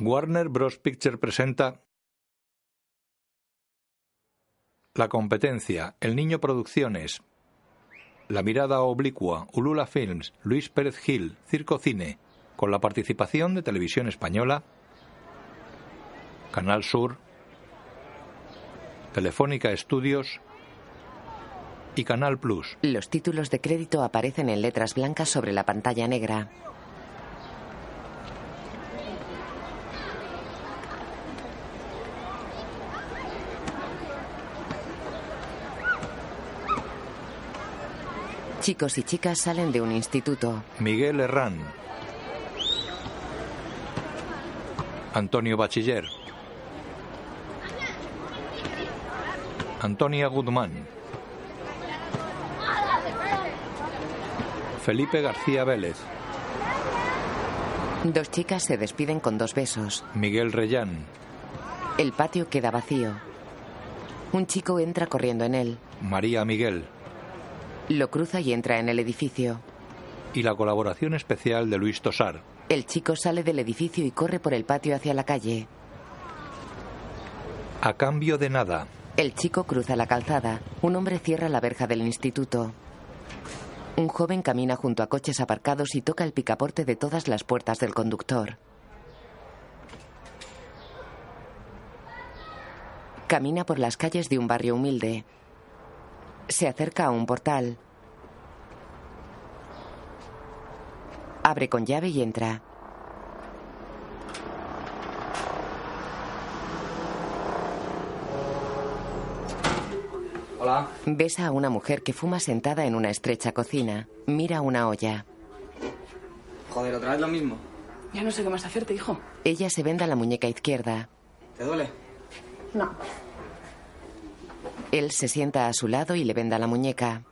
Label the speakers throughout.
Speaker 1: Warner Bros. Pictures presenta La competencia, El Niño Producciones, La Mirada Oblicua, Ulula Films, Luis Pérez Gil, Circo Cine, con la participación de Televisión Española, Canal Sur, Telefónica Estudios y Canal Plus.
Speaker 2: Los títulos de crédito aparecen en letras blancas sobre la pantalla negra. Chicos y chicas salen de un instituto.
Speaker 1: Miguel Herrán. Antonio Bachiller. Antonia Guzmán. Felipe García Vélez.
Speaker 2: Dos chicas se despiden con dos besos.
Speaker 1: Miguel Reyán.
Speaker 2: El patio queda vacío. Un chico entra corriendo en él.
Speaker 1: María Miguel.
Speaker 2: Lo cruza y entra en el edificio.
Speaker 1: Y la colaboración especial de Luis Tosar.
Speaker 2: El chico sale del edificio y corre por el patio hacia la calle.
Speaker 1: A cambio de nada.
Speaker 2: El chico cruza la calzada. Un hombre cierra la verja del instituto. Un joven camina junto a coches aparcados y toca el picaporte de todas las puertas del conductor. Camina por las calles de un barrio humilde. Se acerca a un portal. Abre con llave y entra.
Speaker 3: Hola.
Speaker 2: Besa a una mujer que fuma sentada en una estrecha cocina. Mira una olla.
Speaker 3: Joder, otra vez lo mismo.
Speaker 4: Ya no sé qué más hacerte, hijo.
Speaker 2: Ella se venda la muñeca izquierda.
Speaker 3: ¿Te duele?
Speaker 4: No.
Speaker 2: Él se sienta a su lado y le venda la muñeca.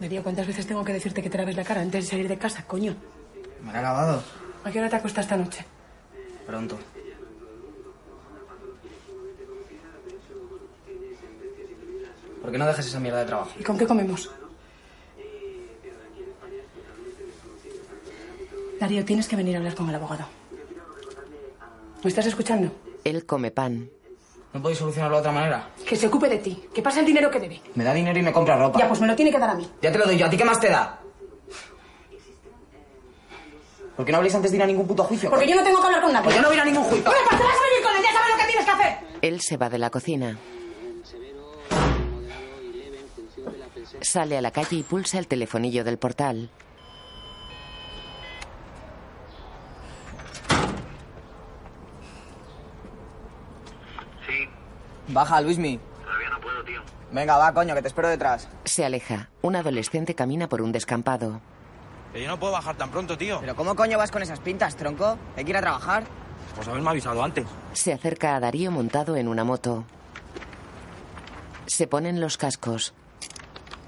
Speaker 4: Darío, ¿cuántas veces tengo que decirte que te laves la cara antes de salir de casa, coño?
Speaker 3: Me la he lavado.
Speaker 4: ¿A qué hora te acuestas esta noche?
Speaker 3: Pronto. ¿Por qué no dejas esa mierda de trabajo?
Speaker 4: ¿Y con qué comemos? Darío, tienes que venir a hablar con el abogado. ¿Me estás escuchando?
Speaker 2: Él come pan.
Speaker 3: ¿No podéis solucionarlo de otra manera?
Speaker 4: Que se ocupe de ti, que pase el dinero que debe.
Speaker 3: Me da dinero y me compra ropa.
Speaker 4: Ya, pues me lo tiene que dar a mí.
Speaker 3: Ya te lo doy yo. ¿A ti qué más te da? ¿Por qué no habléis antes de ir a ningún puto juicio?
Speaker 4: Porque yo no tengo que hablar con nadie.
Speaker 3: Pues yo no voy a ir a ningún juicio.
Speaker 4: Bueno, pues te vas a venir con él, ya sabes lo que tienes que hacer.
Speaker 2: Él se va de la cocina. Sale a la calle y pulsa el telefonillo del portal.
Speaker 5: Sí,
Speaker 3: Baja, Luismi.
Speaker 5: todavía no puedo, tío.
Speaker 3: Venga, va, coño, que te espero detrás.
Speaker 2: Se aleja. Un adolescente camina por un descampado.
Speaker 6: Que yo no puedo bajar tan pronto, tío.
Speaker 3: ¿Pero cómo coño vas con esas pintas, tronco? ¿Hay que ir a trabajar?
Speaker 6: Pues haberme avisado antes.
Speaker 2: Se acerca a Darío montado en una moto. Se ponen los cascos.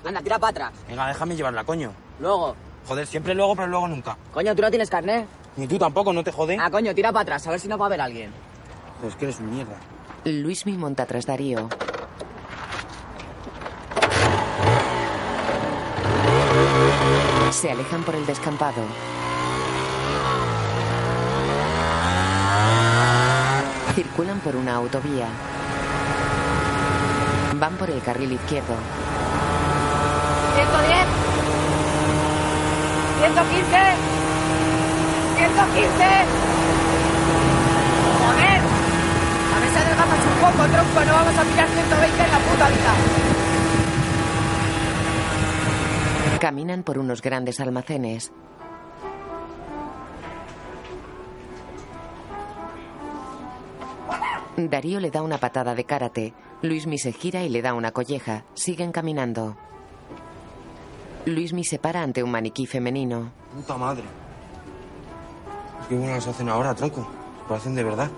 Speaker 3: Anda, tira para atrás.
Speaker 6: Venga, déjame llevarla, coño.
Speaker 3: Luego.
Speaker 6: Joder, siempre luego, pero luego nunca.
Speaker 3: Coño, ¿tú no tienes carnet?
Speaker 6: Ni tú tampoco, no te jode.
Speaker 3: Ah, coño, tira para atrás, a ver si nos va a ver alguien.
Speaker 6: Pues que eres un mierda.
Speaker 2: Luismi monta tras Darío. Se alejan por el descampado. Circulan por una autovía. Van por el carril izquierdo.
Speaker 7: 110. 115. 115. Joder. A ver si adelgazas un poco, tronco. No vamos a pillar 120 en la puta vida.
Speaker 2: Caminan por unos grandes almacenes. Darío le da una patada de karate. Luismi se gira y le da una colleja. Siguen caminando. Luismi se para ante un maniquí femenino.
Speaker 6: Puta madre. Qué bueno las hacen ahora, tronco. Lo hacen de verdad.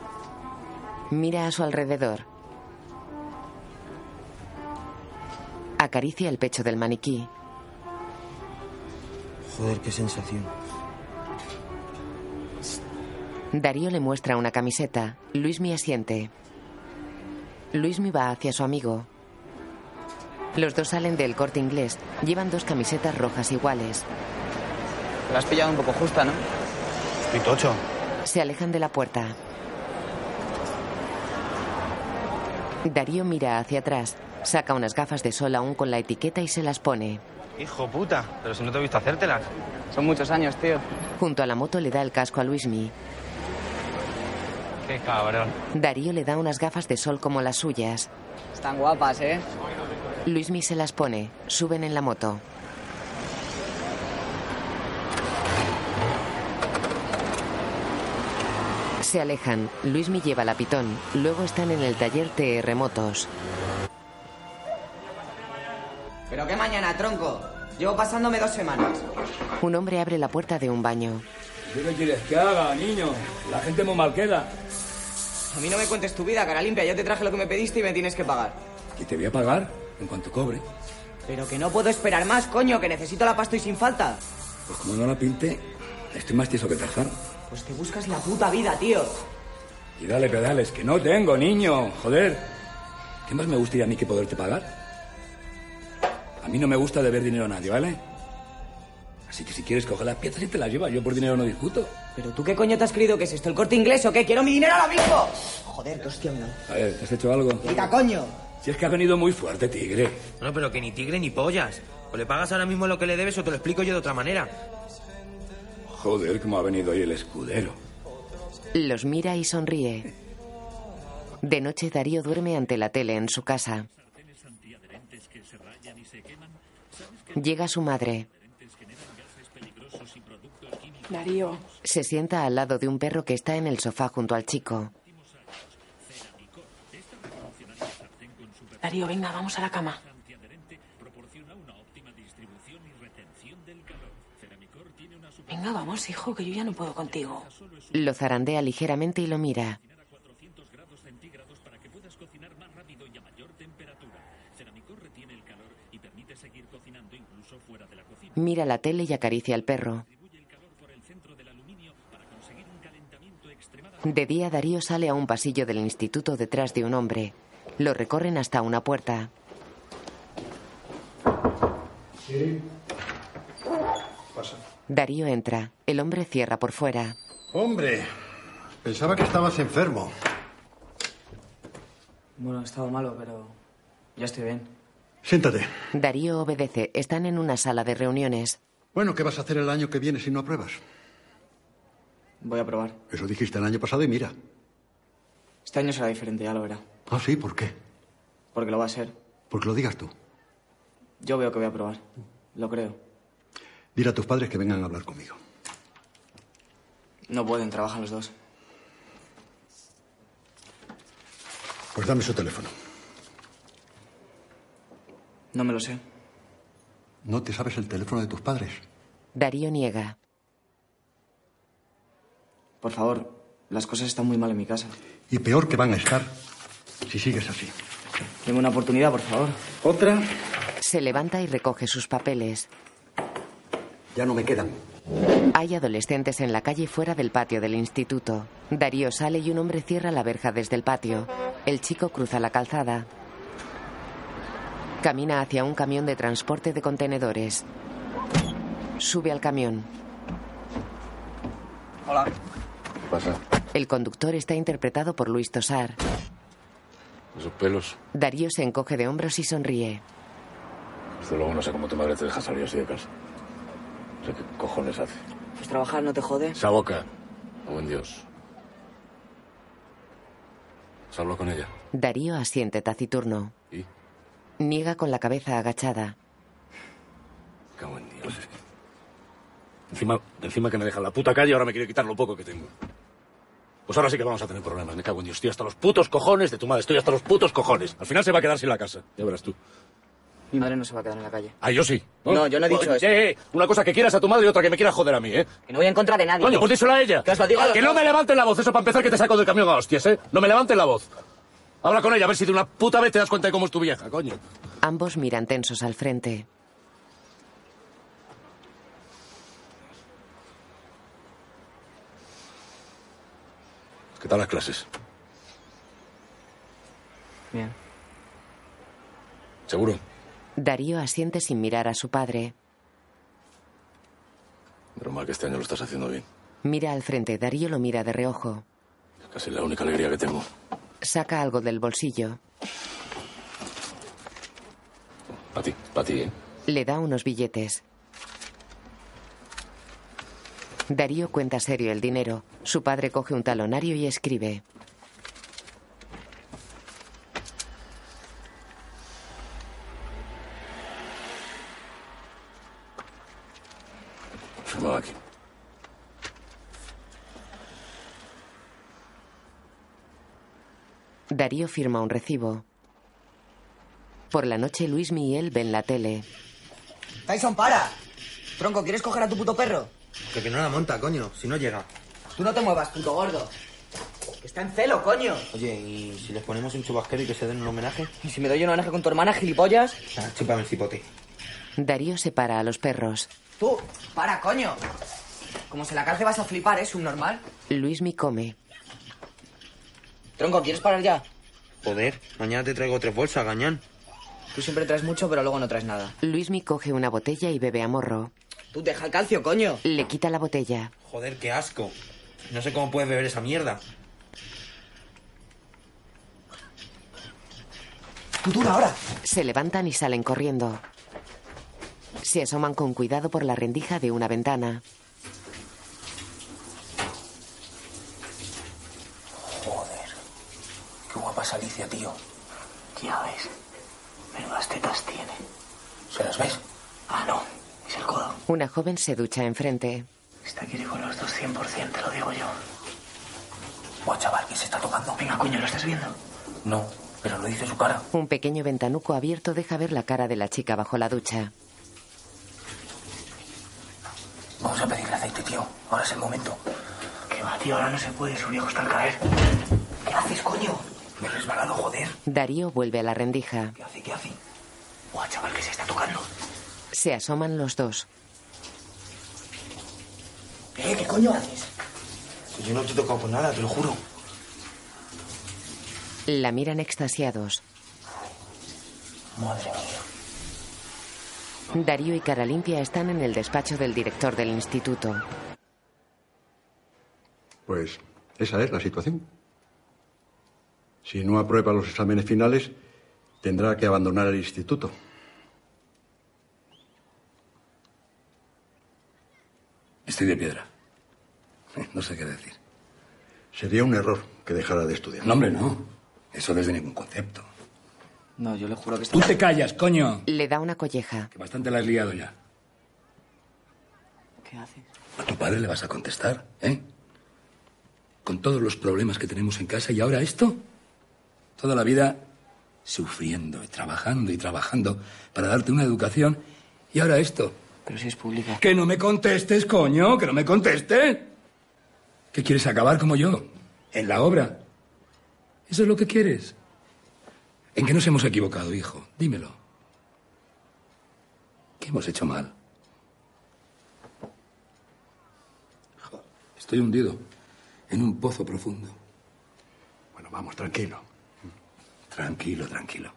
Speaker 2: Mira a su alrededor. Acaricia el pecho del maniquí.
Speaker 6: Joder, qué sensación.
Speaker 2: Darío le muestra una camiseta. Luismi asiente. Luismi va hacia su amigo. Los dos salen del corte inglés. Llevan dos camisetas rojas iguales.
Speaker 3: La has pillado un poco justa, ¿no?
Speaker 6: Y tocho.
Speaker 2: Se alejan de la puerta. Darío mira hacia atrás, saca unas gafas de sol aún con la etiqueta y se las pone.
Speaker 6: Hijo puta, pero si no te he visto hacértelas.
Speaker 3: Son muchos años, tío.
Speaker 2: Junto a la moto le da el casco a Luismi.
Speaker 6: Qué cabrón.
Speaker 2: Darío le da unas gafas de sol como las suyas.
Speaker 3: Están guapas, ¿eh?
Speaker 2: Luismi se las pone, suben en la moto. Se alejan, Luismi lleva la pitón, luego están en el taller TR Motos.
Speaker 3: Pero qué mañana, tronco. Llevo pasándome dos semanas.
Speaker 2: Un hombre abre la puerta de un baño.
Speaker 8: ¿Yo qué quieres que haga, niño? La gente muy mal queda.
Speaker 3: A mí no me cuentes tu vida, cara limpia. Yo te traje lo que me pediste y me tienes que pagar.
Speaker 8: Y te voy a pagar en cuanto cobre.
Speaker 3: Pero que no puedo esperar más, coño, que necesito la pasta y sin falta.
Speaker 8: Pues como no la pinte, estoy más tieso que Tarzán.
Speaker 3: Pues te buscas la puta vida, tío.
Speaker 8: Y dale pedales, que no tengo, niño. Joder. ¿Qué más me gustaría a mí que poderte pagar? A mí no me gusta deber dinero a nadie, ¿vale? Así que si quieres, coge las piezas y te las llevas. Yo por dinero no discuto.
Speaker 3: ¿Pero tú qué coño te has creído que es esto? ¿El corte inglés o qué? ¡Quiero mi dinero ahora mismo! Joder, qué hostia me da.
Speaker 8: A ver, ¿te has hecho algo?
Speaker 3: Grita, coño!
Speaker 8: Si es que has venido muy fuerte, tigre.
Speaker 6: No, pero que ni tigre ni pollas. O le pagas ahora mismo lo que le debes o te lo explico yo de otra manera.
Speaker 8: Joder, cómo ha venido hoy el escudero.
Speaker 2: Los mira y sonríe. De noche Darío duerme ante la tele en su casa. Llega su madre.
Speaker 9: Darío,
Speaker 2: Se sienta al lado de un perro que está en el sofá junto al chico.
Speaker 9: Darío, venga, vamos a la cama. Venga, vamos, hijo, que yo ya no puedo contigo.
Speaker 2: Lo zarandea ligeramente y lo mira. Mira la tele y acaricia al perro. De día Darío sale a un pasillo del instituto detrás de un hombre. Lo recorren hasta una puerta. Darío entra. El hombre cierra por fuera.
Speaker 10: Hombre, pensaba que estabas enfermo.
Speaker 3: Bueno, he estado malo, pero ya estoy bien.
Speaker 10: Siéntate.
Speaker 2: Darío obedece. Están en una sala de reuniones.
Speaker 10: Bueno, ¿qué vas a hacer el año que viene si no apruebas?
Speaker 3: Voy a probar.
Speaker 10: Eso dijiste el año pasado y mira.
Speaker 3: Este año será diferente, ya lo verá.
Speaker 10: Ah, sí, ¿por qué?
Speaker 3: Porque lo va a ser.
Speaker 10: Porque lo digas tú.
Speaker 3: Yo veo que voy a probar. Lo creo.
Speaker 10: Dile a tus padres que vengan a hablar conmigo.
Speaker 3: No pueden, trabajan los dos.
Speaker 10: Pues dame su teléfono.
Speaker 3: No me lo sé.
Speaker 10: ¿No te sabes el teléfono de tus padres?
Speaker 2: Darío niega.
Speaker 3: Por favor, las cosas están muy mal en mi casa.
Speaker 10: Y peor que van a estar si sigues así.
Speaker 3: Deme una oportunidad, por favor.
Speaker 10: Otra,
Speaker 2: Se levanta y recoge sus papeles.
Speaker 10: ya no me quedan.
Speaker 2: Hay adolescentes en la calle fuera del patio del instituto. Darío sale y un hombre cierra la verja desde el patio. El chico cruza la calzada. Camina hacia un camión de transporte de contenedores. Sube al camión.
Speaker 3: Hola.
Speaker 11: Pasa.
Speaker 2: El conductor está interpretado por Luis Tosar.
Speaker 11: Esos pelos.
Speaker 2: Darío se encoge de hombros y sonríe.
Speaker 11: Desde luego no sé cómo tu madre te deja salir así de casa. No sé qué cojones hace.
Speaker 3: Pues trabajar no te jode.
Speaker 11: Esa boca. Oh, buen Dios. ¿Has hablado con ella?
Speaker 2: Darío asiente taciturno.
Speaker 11: ¿Y?
Speaker 2: Niega con la cabeza agachada.
Speaker 11: Cago en Dios. es que- Encima, encima que me deja en la puta calle, ahora me quiere quitar lo poco que tengo. Pues ahora sí que vamos a tener problemas. Me cago en Dios. Estoy hasta los putos cojones de tu madre. Estoy hasta los putos cojones. Al final se va a quedar sin la casa. Ya verás tú.
Speaker 3: Mi madre no se va a quedar en la calle.
Speaker 11: Ah, yo sí.
Speaker 3: No, yo no he dicho
Speaker 11: Oye,
Speaker 3: eso.
Speaker 11: eh, Una cosa que quieras a tu madre y otra que me quieras joder a mí, ¿eh?
Speaker 3: Que no voy en contra de nadie.
Speaker 11: Coño, pues díselo a ella.
Speaker 3: Que os lo digo a los
Speaker 11: Que no
Speaker 3: dos.
Speaker 11: me levanten la voz, eso para empezar que te saco del camión a hostias, ¿eh? No me levanten la voz. Habla con ella, a ver si de una puta vez te das cuenta de cómo es tu vieja, coño.
Speaker 2: Ambos miran tensos al frente.
Speaker 11: ¿Qué tal las clases?
Speaker 3: Bien.
Speaker 11: ¿Seguro?
Speaker 2: Darío asiente sin mirar a su padre.
Speaker 11: Pero mal que este año lo estás haciendo bien.
Speaker 2: Mira al frente. Darío lo mira de reojo.
Speaker 11: Casi la única alegría que tengo.
Speaker 2: Saca algo del bolsillo.
Speaker 11: Para ti, para ti, ¿eh?
Speaker 2: Le da unos billetes. Darío cuenta serio el dinero. Su padre coge un talonario y escribe.
Speaker 11: Firmaba aquí.
Speaker 2: Darío firma un recibo. Por la noche, Luismi y él ven la tele.
Speaker 3: Tyson, para. Tronco, ¿quieres coger a tu puto perro?
Speaker 6: Que, que no la monta, coño, si no llega.
Speaker 3: Tú no te muevas, puto gordo. Que está en celo, coño.
Speaker 6: Oye, ¿y si les ponemos un chubasquero y que se den un homenaje?
Speaker 3: ¿Y si me doy un homenaje con tu hermana, gilipollas?
Speaker 6: Ah, chúpame el cipote.
Speaker 2: Darío separa a los perros.
Speaker 3: Tú, para, coño. Como se la calce vas a flipar, ¿eh? Subnormal.
Speaker 2: Luismi come.
Speaker 3: Tronco, ¿quieres parar ya?
Speaker 6: Joder, mañana te traigo tres bolsas, gañán.
Speaker 3: Tú siempre traes mucho, pero luego no traes nada.
Speaker 2: Luismi coge una botella y bebe a morro.
Speaker 3: Tú deja el calcio, coño.
Speaker 2: Le quita la botella.
Speaker 6: Joder, qué asco. No sé cómo puedes beber esa mierda.
Speaker 3: Tú, tú, ahora.
Speaker 2: Se levantan y salen corriendo. Se asoman con cuidado por la rendija de una ventana.
Speaker 7: Joder. Qué guapa es Alicia, tío.
Speaker 12: Ya ves. Menudas tetas tiene.
Speaker 7: ¿Se las ves?
Speaker 12: Ah, no. Es el codo.
Speaker 2: Una joven se ducha enfrente.
Speaker 12: Está quiere con los dos 100%, te lo digo yo.
Speaker 7: Buah, chaval, que se está tocando.
Speaker 12: Venga, coño, ¿lo estás viendo?
Speaker 7: No, pero lo dice su cara.
Speaker 2: Un pequeño ventanuco abierto deja ver la cara de la chica bajo la ducha.
Speaker 7: Vamos a pedirle aceite, tío. Ahora es el momento.
Speaker 12: Que va, tío, ahora no se puede. Su viejo está al caer.
Speaker 7: ¿Qué haces, coño? Me he resbalado, joder.
Speaker 2: Darío vuelve a la rendija.
Speaker 7: ¿Qué hace, qué hace? Buah, chaval, que se está tocando.
Speaker 2: Se asoman los dos.
Speaker 7: ¿Eh? ¿Qué coño haces?
Speaker 6: Que yo no te he tocado por nada, te lo juro.
Speaker 2: La miran extasiados.
Speaker 7: Madre mía.
Speaker 2: Darío y Cara Limpia están en el despacho del director del instituto.
Speaker 10: Pues esa es la situación. Si no aprueba los exámenes finales, tendrá que abandonar el instituto.
Speaker 11: Estoy de piedra. No sé qué decir.
Speaker 10: Sería un error que dejara de estudiar.
Speaker 11: No, hombre, no. Eso desde ningún concepto.
Speaker 3: No, yo le juro que está...
Speaker 13: Tú te callas, coño.
Speaker 2: Le da una colleja.
Speaker 11: Que bastante la has liado ya.
Speaker 3: ¿Qué haces?
Speaker 11: A tu padre le vas a contestar, ¿eh? Con todos los problemas que tenemos en casa y ahora esto. Toda la vida sufriendo y trabajando y trabajando para darte una educación y ahora esto.
Speaker 3: Pero si es pública.
Speaker 13: Que no me contestes, coño, que no me contestes. ¿Qué quieres acabar como yo? En la obra. ¿Eso es lo que quieres? ¿En qué nos hemos equivocado, hijo? Dímelo. ¿Qué hemos hecho mal? Estoy hundido en un pozo profundo.
Speaker 10: Bueno, vamos, tranquilo.
Speaker 11: Tranquilo, tranquilo.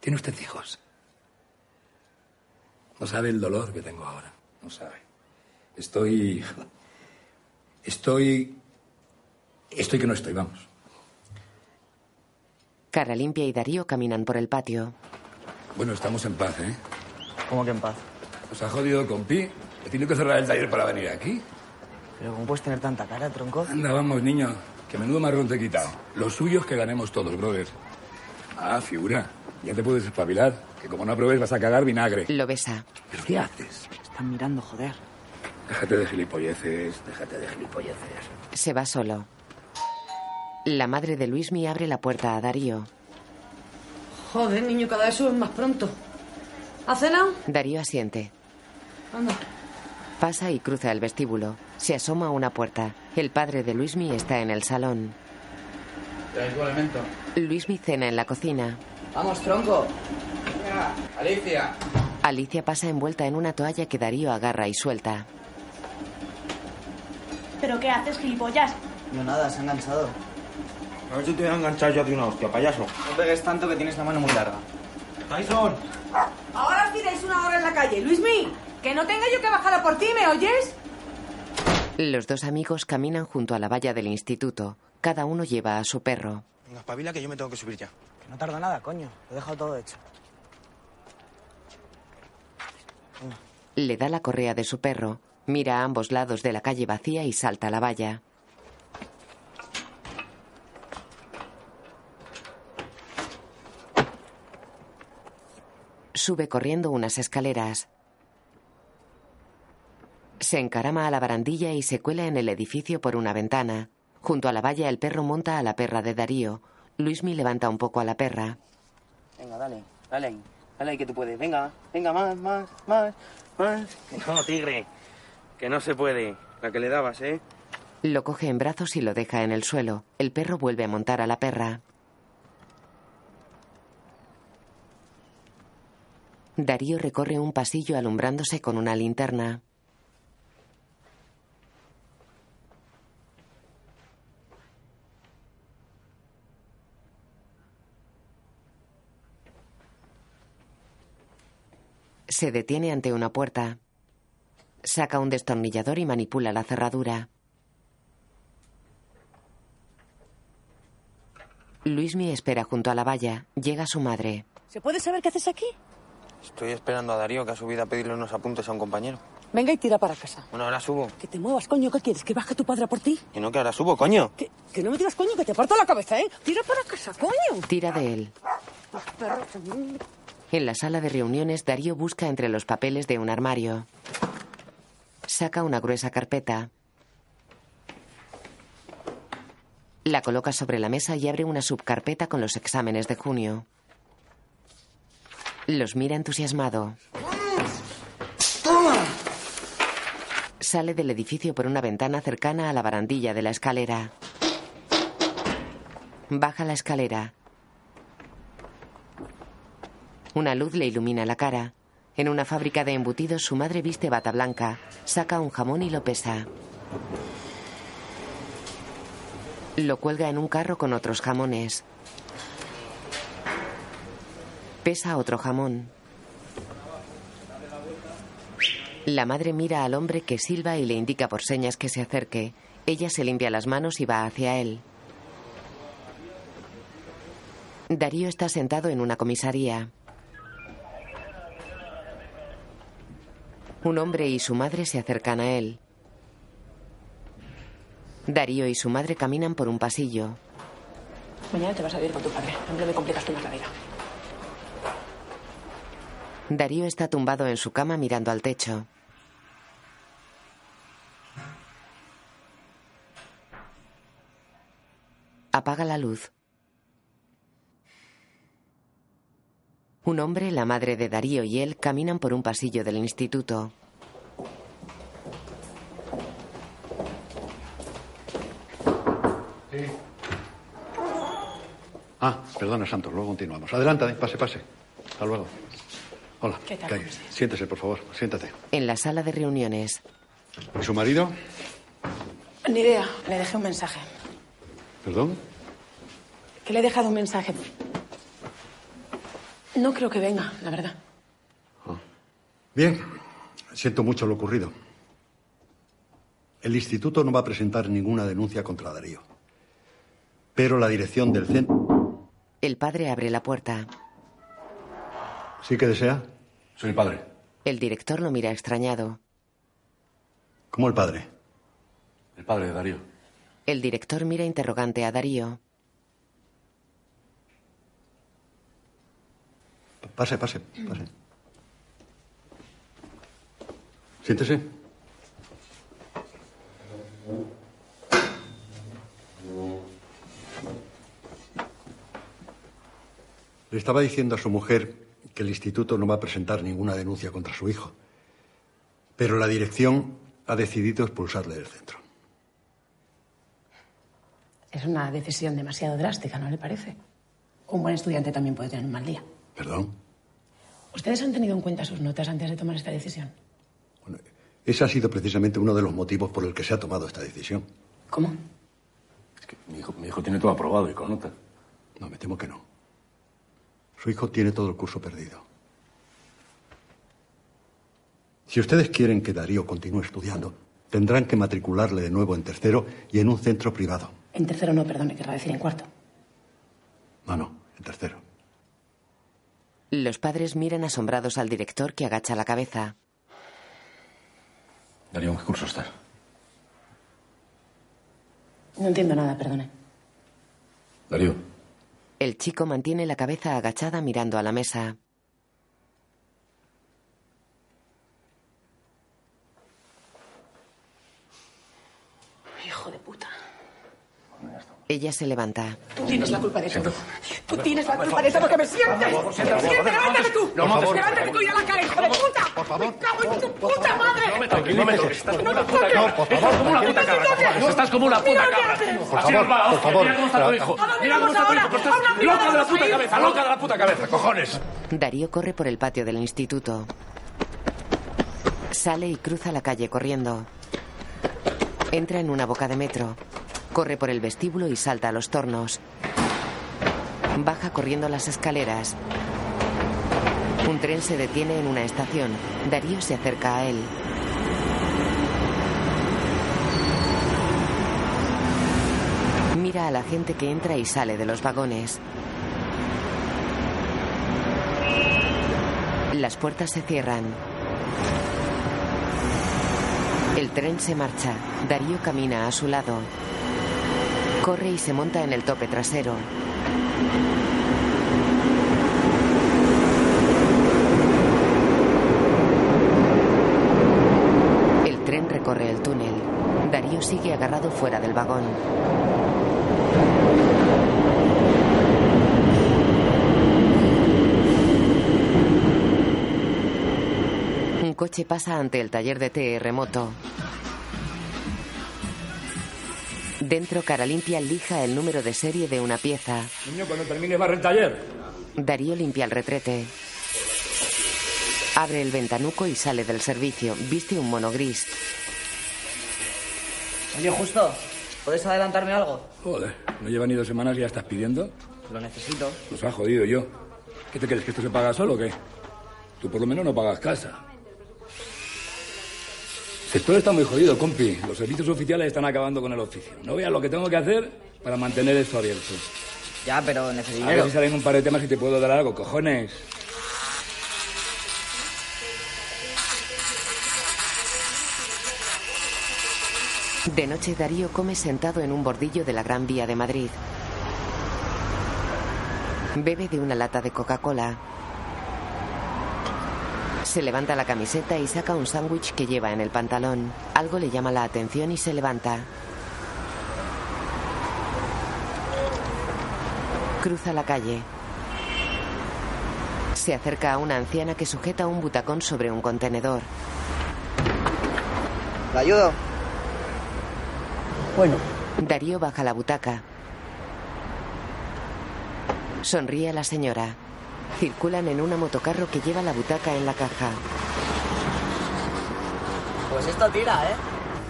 Speaker 11: ¿Tiene usted hijos? No sabe el dolor que tengo ahora. No sabe. Estoy... Estoy... Estoy que no estoy, vamos.
Speaker 2: Cara Limpia y Darío caminan por el patio.
Speaker 11: Bueno, estamos en paz, ¿eh?
Speaker 3: ¿Cómo que en paz?
Speaker 11: Nos ha jodido con Pi. He tenido que cerrar el taller para venir aquí.
Speaker 3: ¿Pero cómo puedes tener tanta cara, tronco?
Speaker 11: Anda, vamos, niño. Que menudo marrón te he quitado. Lo suyo es que ganemos todos, brother. Ah, figura. Ya te puedes espabilar. Que como no apruebes vas a cagar vinagre.
Speaker 2: Lo besa.
Speaker 11: ¿Pero qué haces?
Speaker 3: Me están mirando, joder.
Speaker 11: Déjate de gilipolleces, déjate de gilipolleces.
Speaker 2: Se va solo. La madre de Luismi abre la puerta a Darío.
Speaker 4: Joder, niño, cada vez subes más pronto. ¿Ha cenado?
Speaker 2: Darío asiente.
Speaker 4: Anda.
Speaker 2: Pasa y cruza el vestíbulo. Se asoma a una puerta. El padre de Luismi está en el salón.
Speaker 6: Traigo alimento.
Speaker 2: Luismi cena en la cocina.
Speaker 3: Vamos, tronco.
Speaker 6: Venga, Alicia.
Speaker 2: Alicia pasa envuelta en una toalla que Darío agarra y suelta.
Speaker 14: ¿Pero qué haces, gilipollas?
Speaker 3: No nada, se han enganchado.
Speaker 6: A ver si te voy a enganchar yo a ti una hostia, payaso.
Speaker 3: No pegues tanto que tienes la mano muy larga.
Speaker 6: ¡Tyson!
Speaker 4: Ahora os tiráis una hora en la calle, Luismi. Que no tenga yo que bajar a por ti, ¿me oyes?
Speaker 2: Los dos amigos caminan junto a la valla del instituto. Cada uno lleva a su perro.
Speaker 15: Venga, espabila que yo me tengo que subir ya.
Speaker 16: Que no tarda nada, coño. Lo he dejado todo hecho.
Speaker 2: Le da la correa de su perro, mira a ambos lados de la calle vacía y salta a la valla. Sube corriendo unas escaleras. Se encarama a la barandilla y se cuela en el edificio por una ventana. Junto a la valla el perro monta a la perra de Darío. Luismi levanta un poco a la perra.
Speaker 6: Venga, dale, dale ahí. Dale ahí que tú puedes. Venga, venga, más, más, más, más. Que no, tigre. Que no se puede. La que le dabas, ¿eh?
Speaker 2: Lo coge en brazos y lo deja en el suelo. El perro vuelve a montar a la perra. Darío recorre un pasillo alumbrándose con una linterna. Se detiene ante una puerta. Saca un destornillador y manipula la cerradura. Luismi espera junto a la valla. Llega su madre.
Speaker 7: ¿Se puede saber qué haces aquí?
Speaker 15: Estoy esperando a Darío que ha subido a pedirle unos apuntes a un compañero.
Speaker 7: Venga y tira para casa.
Speaker 15: Bueno, ahora subo.
Speaker 7: Que te muevas, coño. ¿Qué quieres? ¿Que baje tu padre a por ti?
Speaker 15: Y no que ahora subo, coño.
Speaker 7: Que, que no me digas, coño, que te parto la cabeza, ¿eh? Tira para casa, coño.
Speaker 2: Tira de él.
Speaker 7: Los perros son-
Speaker 2: En la sala de reuniones, Darío busca entre los papeles de un armario. Saca una gruesa carpeta. La coloca sobre la mesa y abre una subcarpeta con los exámenes de junio. Los mira entusiasmado. Sale del edificio por una ventana cercana a la barandilla de la escalera. Baja la escalera. Una luz le ilumina la cara. En una fábrica de embutidos su madre viste bata blanca, saca un jamón y lo pesa. Lo cuelga en un carro con otros jamones. Pesa otro jamón. La madre mira al hombre que silba y le indica por señas que se acerque. Ella se limpia las manos y va hacia él. Darío está sentado en una comisaría. Un hombre y su madre se acercan a él. Darío y su madre caminan por un pasillo.
Speaker 4: Mañana te vas a ir con tu padre. Hombre, me complicas tú más la vida.
Speaker 2: Darío está tumbado en su cama mirando al techo. Apaga la luz. Un hombre, la madre de Darío y él caminan por un pasillo del instituto.
Speaker 10: Ah, perdona, Santos, luego continuamos. Adelante, pase, pase. Hasta luego. Hola.
Speaker 4: ¿Qué tal?
Speaker 10: Calle. Siéntese, por favor, siéntate.
Speaker 2: En la sala de reuniones,
Speaker 10: ¿Y su marido?
Speaker 4: Ni idea. Le dejé un mensaje.
Speaker 10: ¿Perdón?
Speaker 4: Que le he dejado un mensaje. No creo que venga, la verdad.
Speaker 10: Bien, siento mucho lo ocurrido. El instituto no va a presentar ninguna denuncia contra Darío. Pero la dirección del centro...
Speaker 2: el padre abre la puerta.
Speaker 10: ¿Sí que desea? Soy el padre.
Speaker 2: El director lo mira extrañado.
Speaker 10: ¿Cómo el padre?
Speaker 17: El padre de Darío.
Speaker 2: El director mira interrogante a Darío.
Speaker 10: Pase, pase, pase. Siéntese. Le estaba diciendo a su mujer que el instituto no va a presentar ninguna denuncia contra su hijo. Pero la dirección ha decidido expulsarle del centro.
Speaker 4: Es una decisión demasiado drástica, ¿no le parece? Un buen estudiante también puede tener un mal día.
Speaker 10: ¿Perdón?
Speaker 4: ¿Ustedes han tenido en cuenta sus notas antes de tomar esta decisión?
Speaker 10: Ese ha sido precisamente uno de los motivos por el que se ha tomado esta decisión.
Speaker 4: ¿Cómo?
Speaker 17: Mi hijo, mi hijo tiene todo aprobado y con nota.
Speaker 10: No, me temo que no. Su hijo tiene todo el curso perdido. Si ustedes quieren que Darío continúe estudiando,
Speaker 1: Tendrán que matricularle de nuevo en tercero y en un centro privado.
Speaker 4: En tercero no, perdón, me querrá decir en cuarto.
Speaker 1: No, no, en tercero.
Speaker 2: Los padres miran asombrados al director que agacha la cabeza.
Speaker 7: Darío, ¿en qué curso estás?
Speaker 4: No entiendo nada, perdone.
Speaker 7: Darío.
Speaker 2: El chico mantiene la cabeza agachada mirando a la mesa.
Speaker 4: Hijo de puta.
Speaker 2: Ella se levanta.
Speaker 4: Tú tienes la culpa de todo. Tú tienes la culpa de todo que me sientes.
Speaker 3: Por favor, siéntate,
Speaker 4: Siéntate,
Speaker 3: por favor,
Speaker 4: levántate tú.
Speaker 3: no montes, por
Speaker 4: Levántate tú y a la cara, hijo de puta. Por favor. ¡Me cago en tu puta madre!
Speaker 7: No me toques.
Speaker 3: No, no, no, por favor. como una puta cabra. por favor. Estás como una puta cabra.
Speaker 7: Por
Speaker 3: Así
Speaker 7: favor,
Speaker 3: nos va,
Speaker 7: por
Speaker 3: hostia.
Speaker 7: favor.
Speaker 3: Mira cómo está tu
Speaker 7: Pero-
Speaker 3: hijo.
Speaker 7: ¿A dónde
Speaker 3: Mira cómo está tu hijo. Estás loca de la puta cabeza, loca de la puta cabeza, cojones.
Speaker 2: Darío corre por el patio del instituto. Sale y cruza la calle corriendo. Entra en una boca de metro. Corre por el vestíbulo y salta a los tornos. Baja corriendo las escaleras. Un tren se detiene en una estación. Darío se acerca a él. Mira a la gente que entra y sale de los vagones. Las puertas se cierran. El tren se marcha. Darío camina a su lado. Corre y se monta en el tope trasero. El tren recorre el túnel. Darío sigue agarrado fuera del vagón. Un coche pasa ante el taller de TR Moto. Dentro, cara limpia lija el número de serie de una pieza.
Speaker 11: Niño, cuando termine barre el taller.
Speaker 2: Darío limpia el retrete. Abre el ventanuco y sale del servicio. Viste un mono gris.
Speaker 18: Oye, justo, ¿puedes adelantarme algo?
Speaker 11: Joder, no lleva ni dos semanas y ya estás pidiendo.
Speaker 18: Lo necesito.
Speaker 11: Nos ha jodido yo. ¿Qué te crees? ¿Que esto se paga solo o qué? Tú por lo menos no pagas casa. El sector está muy jodido, compi. Los servicios oficiales están acabando con el oficio. No veas lo que tengo que hacer para mantener esto abierto.
Speaker 18: Ya, pero necesito
Speaker 11: A ver si salen un par de temas y te puedo dar algo, cojones.
Speaker 2: De noche, Darío come sentado en un bordillo de la Gran Vía de Madrid. Bebe de una lata de Coca-Cola. Se levanta la camiseta y saca un sándwich que lleva en el pantalón. Algo le llama la atención y se levanta. Cruza la calle. Se acerca a una anciana que sujeta un butacón sobre un contenedor.
Speaker 18: ¿Te ayudo?
Speaker 2: Bueno. Darío baja la butaca. Sonríe la señora. Circulan en una motocarro que lleva la butaca en la caja.
Speaker 18: Pues esto tira, ¿eh?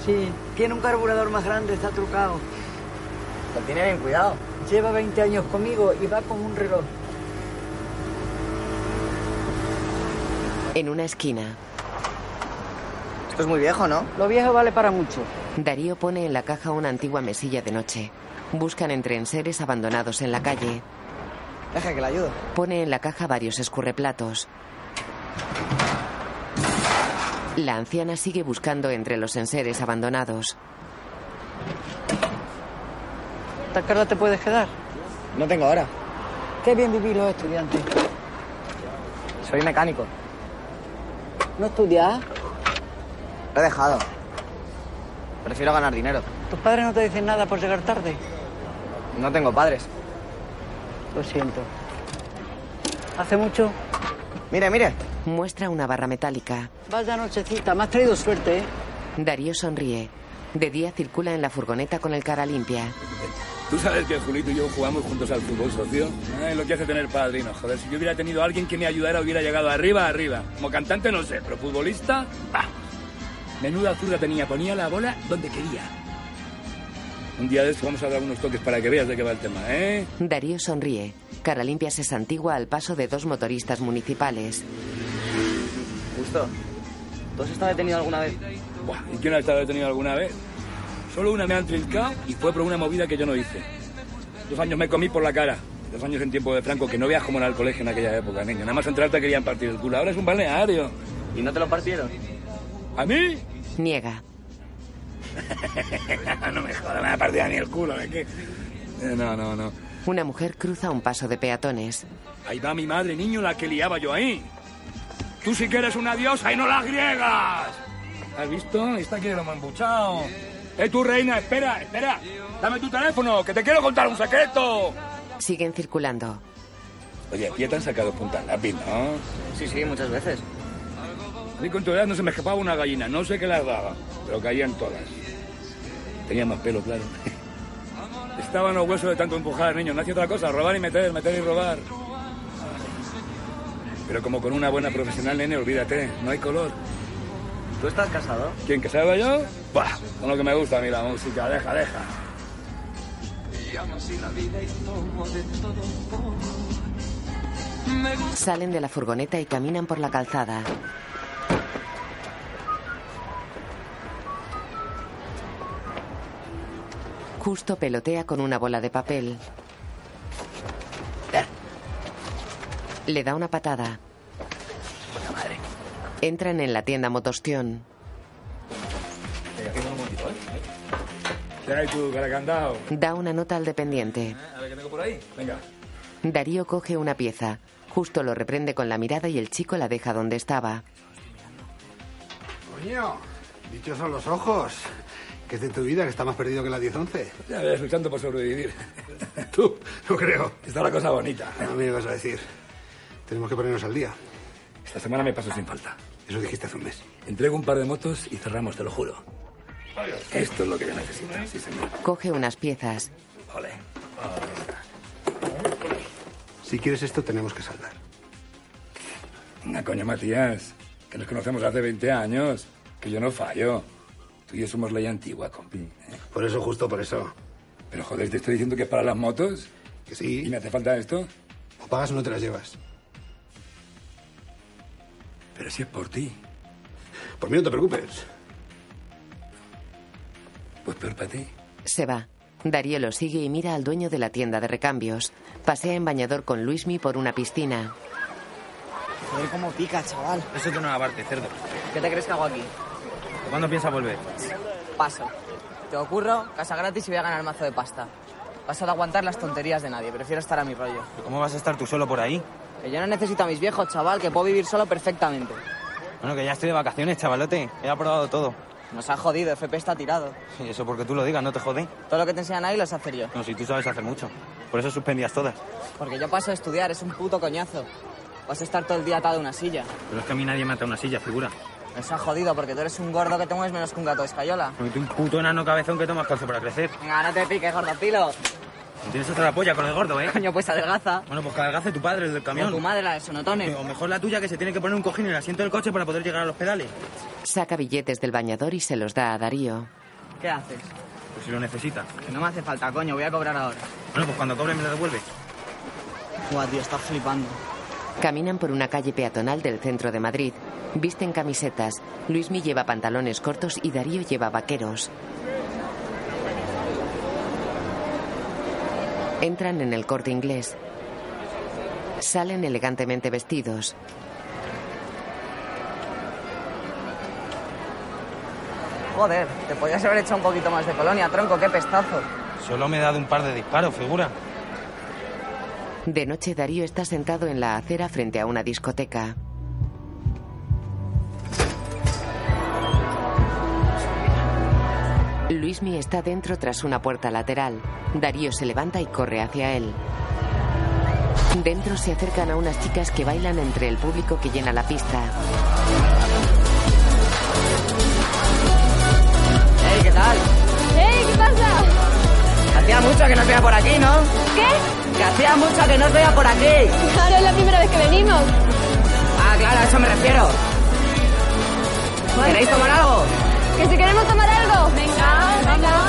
Speaker 18: Sí, tiene un carburador más grande, está trucado. Lo tiene bien cuidado. Lleva 20 años conmigo y va con un reloj.
Speaker 2: En una esquina,
Speaker 18: Esto es muy viejo, ¿no? Lo viejo vale para mucho.
Speaker 2: Darío pone en la caja una antigua mesilla de noche. Buscan entre enseres abandonados en la calle.
Speaker 18: Deja que la ayudo.
Speaker 2: Pone en la caja varios escurreplatos. La anciana sigue buscando entre los enseres abandonados.
Speaker 18: ¿Tan cara te puedes quedar? No tengo ahora. Qué bien vivir los estudiantes. Soy mecánico. ¿No estudias? Lo he dejado. Prefiero ganar dinero.
Speaker 19: ¿Tus padres no te dicen nada por llegar tarde?
Speaker 18: No tengo padres.
Speaker 19: Lo siento. ¿Hace mucho?
Speaker 18: Mire, mire.
Speaker 2: Muestra una barra metálica.
Speaker 19: Vaya nochecita, me has traído suerte, ¿eh?
Speaker 2: Darío sonríe. De día circula en la furgoneta con el cara limpia.
Speaker 11: ¿Tú sabes que Julito y yo jugamos juntos al fútbol, socio? Ay, lo que hace tener padrino. Joder, si yo hubiera tenido a alguien que me ayudara, hubiera llegado arriba, arriba. Como cantante, no sé, pero futbolista, ¡pah! Menuda zurda tenía, ponía la bola donde quería. Un día de esto vamos a dar unos toques para que veas de qué va el tema, ¿eh?
Speaker 2: Darío sonríe. Cara limpia se santigua al paso de dos motoristas municipales.
Speaker 18: Justo. ¿Tú has estado detenido alguna vez?
Speaker 11: Buah, ¿Y quién ha estado detenido alguna vez? Solo una me han trincado y fue por una movida que yo no hice. Dos años me comí por la cara. Dos años en tiempo de Franco, que no veas cómo era el colegio en aquella época, niño. Nada más entrar te querían partir el culo. Ahora es un balneario.
Speaker 6: ¿Y no te lo partieron?
Speaker 11: ¿A mí?
Speaker 2: Niega.
Speaker 11: no me jodas, me ha partido ni el culo. ¿de qué? Eh, No, no, no.
Speaker 2: Una mujer cruza un paso de peatones.
Speaker 11: Ahí va mi madre, niño, la que liaba yo ahí. Tú sí que eres una diosa y no las griegas. ¿Has visto? Esta quiere lo mambuchao. Eh, tú, reina, espera, espera. Dame tu teléfono, que te quiero contar un secreto.
Speaker 2: Siguen circulando.
Speaker 11: Oye, aquí ya te han sacado punta al lápiz, ¿no?
Speaker 6: Sí, sí, muchas veces.
Speaker 11: A mí con tu edad no se me escapaba una gallina. No sé qué las daba, pero caían todas. Tenía más pelo, claro. Estaban los huesos de tanto empujar, niño. No hacía otra cosa, robar y meter, meter y robar. Pero como con una buena profesional, nene, olvídate. No hay color.
Speaker 6: ¿Tú estás casado?
Speaker 11: ¿Quién que salga yo? Bah, con lo que me gusta a mí la música. Deja, deja.
Speaker 2: Salen de la furgoneta y caminan por la calzada. Justo pelotea con una bola de papel. Le da una patada. Entran en la tienda Motostión.
Speaker 6: ¿eh?
Speaker 11: ¿Qué hay tú, caracandao?
Speaker 2: Da una nota al dependiente.
Speaker 11: ¿Eh? A ver qué tengo por ahí. Venga.
Speaker 2: Darío coge una pieza. Justo lo reprende con la mirada y el chico la deja donde estaba.
Speaker 10: Coño, dichosos los ojos. Que es de tu vida, que está más perdido que la 10-11.
Speaker 11: Ya verás, luchando por sobrevivir.
Speaker 10: Tú, no creo.
Speaker 11: Está la cosa bonita.
Speaker 10: No me ibas a decir. Tenemos que ponernos al día.
Speaker 11: Esta semana me paso sin falta.
Speaker 10: Eso dijiste hace un mes.
Speaker 11: Entrego un par de motos y cerramos, te lo juro. Esto es lo que yo necesito. Sí, señor.
Speaker 2: Coge unas piezas.
Speaker 11: Vale.
Speaker 10: Si quieres esto, tenemos que saldar.
Speaker 11: Venga, coño, Matías. Que nos conocemos hace 20 años. Que yo no fallo. Tú y yo somos ley antigua, compi. ¿eh?
Speaker 10: Por eso, justo por eso.
Speaker 11: Pero joder, te estoy diciendo que es para las motos.
Speaker 10: Que sí.
Speaker 11: ¿Y me hace falta esto?
Speaker 10: O pagas o no te las llevas.
Speaker 11: Pero si es por ti.
Speaker 10: Por mí no te preocupes.
Speaker 11: Pues peor para ti.
Speaker 2: Se va. Darío lo sigue y mira al dueño de la tienda de recambios. Pasea en bañador con Luismi por una piscina.
Speaker 3: Joder, cómo pica, chaval.
Speaker 6: Eso tú no aparte, cerdo.
Speaker 3: ¿Qué te crees que hago aquí?
Speaker 6: ¿Cuándo piensas volver?
Speaker 3: Paso. Te ocurro, casa gratis y voy a ganar mazo de pasta. Paso de aguantar las tonterías de nadie, prefiero estar a mi rollo.
Speaker 6: ¿Cómo vas a estar tú solo por ahí?
Speaker 3: Que yo no necesito a mis viejos, chaval, que puedo vivir solo perfectamente.
Speaker 6: Bueno, que ya estoy de vacaciones, chavalote. He aprobado todo.
Speaker 3: Nos ha jodido, FP está tirado.
Speaker 6: Y eso porque tú lo digas, no te jodé.
Speaker 3: Todo lo que te enseñan ahí lo sé hacer yo.
Speaker 6: No, si tú sabes hacer mucho. Por eso suspendías todas.
Speaker 3: Porque yo paso a estudiar, es un puto coñazo. Vas a estar todo el día atado a una silla.
Speaker 6: Pero es que a mí nadie mata una silla, figura.
Speaker 3: Nos ha jodido porque tú eres un gordo que te mueves menos que un gato de escayola.
Speaker 6: Porque tú un puto enano cabezón que tomas calcio para crecer.
Speaker 3: Venga, no te piques, gordopilo.
Speaker 6: No Tienes otra polla con el gordo, ¿eh?
Speaker 3: Coño, pues adelgaza.
Speaker 6: Bueno, pues que adelgace tu padre, el del
Speaker 3: Con
Speaker 6: camión.
Speaker 3: tu madre, la de sonotones.
Speaker 6: O mejor la tuya, que se tiene que poner un cojín en el asiento del coche para poder llegar a los pedales.
Speaker 2: Saca billetes del bañador y se los da a Darío.
Speaker 3: ¿Qué haces?
Speaker 6: Pues si lo necesita.
Speaker 3: Que no me hace falta, coño, voy a cobrar ahora.
Speaker 6: Bueno, pues cuando cobre me lo devuelve.
Speaker 3: Buah, tío, estás flipando.
Speaker 2: Caminan por una calle peatonal del centro de Madrid. Visten camisetas. Luismi lleva pantalones cortos y Darío lleva vaqueros. Entran en el corte inglés. Salen elegantemente vestidos.
Speaker 3: Joder, te podías haber hecho un poquito más de colonia, tronco, qué pestazo.
Speaker 6: Solo me he dado un par de disparos, figura.
Speaker 2: De noche Darío está sentado en la acera frente a una discoteca. Luismi está dentro tras una puerta lateral. Darío se levanta y corre hacia él. Dentro se acercan a unas chicas que bailan entre el público que llena la pista.
Speaker 3: ¡Ey, qué tal!
Speaker 7: ¡Ey, qué pasa!
Speaker 3: Hacía mucho que no os veía por aquí, ¿no?
Speaker 7: ¿Qué?
Speaker 3: Que hacía mucho que no os veía por aquí.
Speaker 7: Ahora es la primera vez que venimos.
Speaker 3: Ah, claro, a eso me refiero. ¿Queréis tomar algo?
Speaker 7: ¿Que si queremos tomar algo? Venga, venga.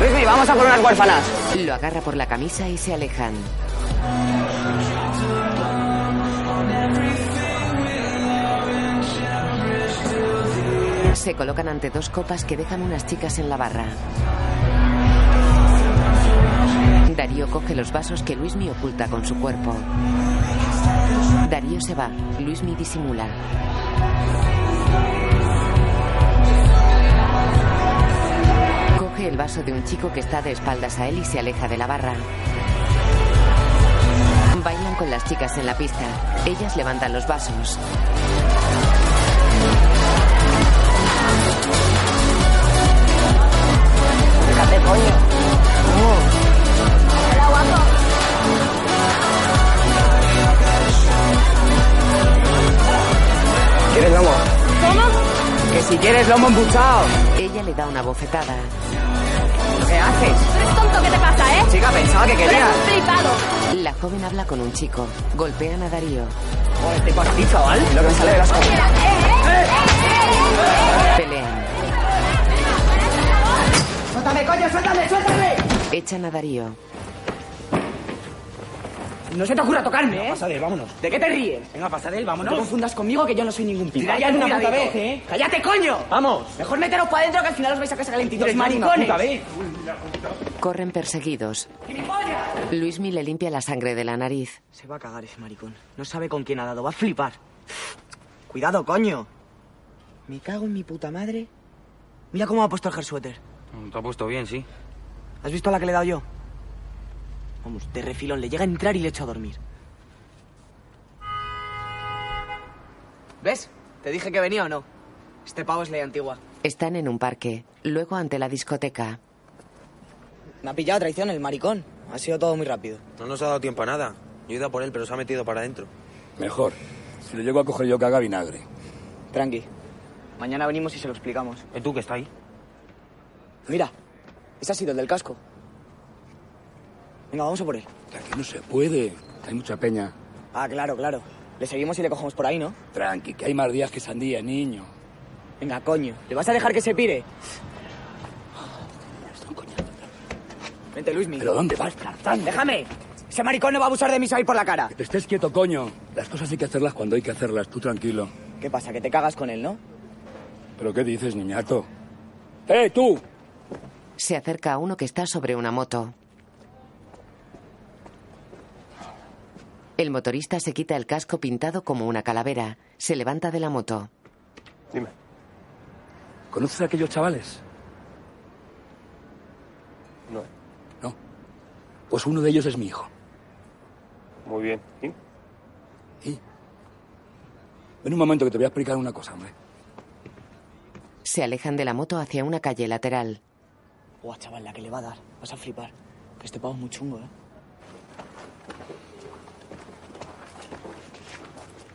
Speaker 3: Luismi, vamos a por unas huérfanas.
Speaker 2: Lo agarra por la camisa y se alejan. Se colocan ante dos copas que dejan unas chicas en la barra. Darío coge los vasos que Luismi oculta con su cuerpo. Darío se va. Luismi disimula. Coge el vaso de un chico que está de espaldas a él y se aleja de la barra. Bailan con las chicas en la pista. Ellas levantan los vasos.
Speaker 18: Déjate, coño.
Speaker 20: Hola, guapo.
Speaker 18: ¿Quieres lomo?
Speaker 20: ¿Cómo?
Speaker 18: Que si quieres lomo embuchado.
Speaker 2: Ella le da una bofetada.
Speaker 18: ¿Qué haces?
Speaker 20: Tú eres tonto, ¿qué te pasa, eh?
Speaker 18: Chica, pensaba que
Speaker 20: Tú eres
Speaker 18: querías.
Speaker 20: un flipado.
Speaker 2: La joven habla con un chico. Golpean a Darío.
Speaker 18: Joder, este pastillo, chaval. Lo que me sale de las cosas.
Speaker 2: Pelean.
Speaker 18: ¡Suéltame, coño! ¡Suéltame, suéltame!
Speaker 2: Echan a Darío.
Speaker 21: No se te ocurra tocarme, ¿eh?
Speaker 3: Pasadel, vámonos.
Speaker 21: ¿De qué te ríes?
Speaker 3: Venga,
Speaker 21: No
Speaker 3: pasadel,
Speaker 21: te
Speaker 3: vámonos.
Speaker 21: confundas conmigo que yo no soy ningún pibe.
Speaker 3: Tira ya de una puta vez, ¿eh?
Speaker 21: ¡Cállate, coño!
Speaker 3: Vamos.
Speaker 21: Mejor meteros para adentro que al final os vais a casa calentitos,
Speaker 3: Tres
Speaker 21: maricones.
Speaker 2: Corren perseguidos. Luismi le limpia la sangre de la nariz.
Speaker 3: Se va a cagar ese maricón. No sabe con quién ha dado. Va a flipar. Cuidado, coño. Me cago en mi puta madre. Mira cómo ha puesto el suéter.
Speaker 6: Te ha puesto bien, sí.
Speaker 3: ¿Has visto la que le he dado yo? Vamos, de refilón. Le llega a entrar y le echo a dormir. ¿Ves? Te dije que venía o no. Este pavo es ley antigua.
Speaker 2: Están en un parque, luego ante la discoteca.
Speaker 18: Me ha pillado traición el maricón. Ha sido todo muy rápido.
Speaker 22: No nos ha dado tiempo a nada. Yo he ido a por él, pero se ha metido para adentro.
Speaker 11: Mejor. Si lo llego a coger yo, que haga vinagre.
Speaker 3: Tranqui. Mañana venimos y se lo explicamos.
Speaker 6: ¿Y tú que está ahí?
Speaker 3: Mira, ese ha sido el del casco. Venga, vamos a por él.
Speaker 11: Aquí no se puede. Hay mucha peña.
Speaker 3: Ah, claro, claro. Le seguimos y le cogemos por ahí, ¿no?
Speaker 11: Tranqui, que hay más días que sandía, niño.
Speaker 3: Venga, coño. ¿Le vas a dejar que se pire? Vente, Luismi.
Speaker 11: ¿Pero dónde vas, plantando?
Speaker 3: ¡Déjame! Ese maricón no va a abusar de mí, se va a ir por la cara.
Speaker 11: Que te estés quieto, coño. Las cosas hay que hacerlas cuando hay que hacerlas. Tú tranquilo.
Speaker 3: ¿Qué pasa? Que te cagas con él, ¿no?
Speaker 11: ¿Pero qué dices, niñato? ¡Eh, tú!
Speaker 2: Se acerca a uno que está sobre una moto. El motorista se quita el casco pintado como una calavera. Se levanta de la moto.
Speaker 11: Dime. ¿Conoces a aquellos chavales?
Speaker 23: No.
Speaker 11: No. Pues uno de ellos es mi hijo.
Speaker 23: Muy bien. ¿Y?
Speaker 11: Ven un momento que te voy a explicar una cosa, hombre.
Speaker 2: Se alejan de la moto hacia una calle lateral.
Speaker 3: Buah, chaval, la que le va a dar. Vas a flipar. Que este pavo es muy chungo, ¿eh?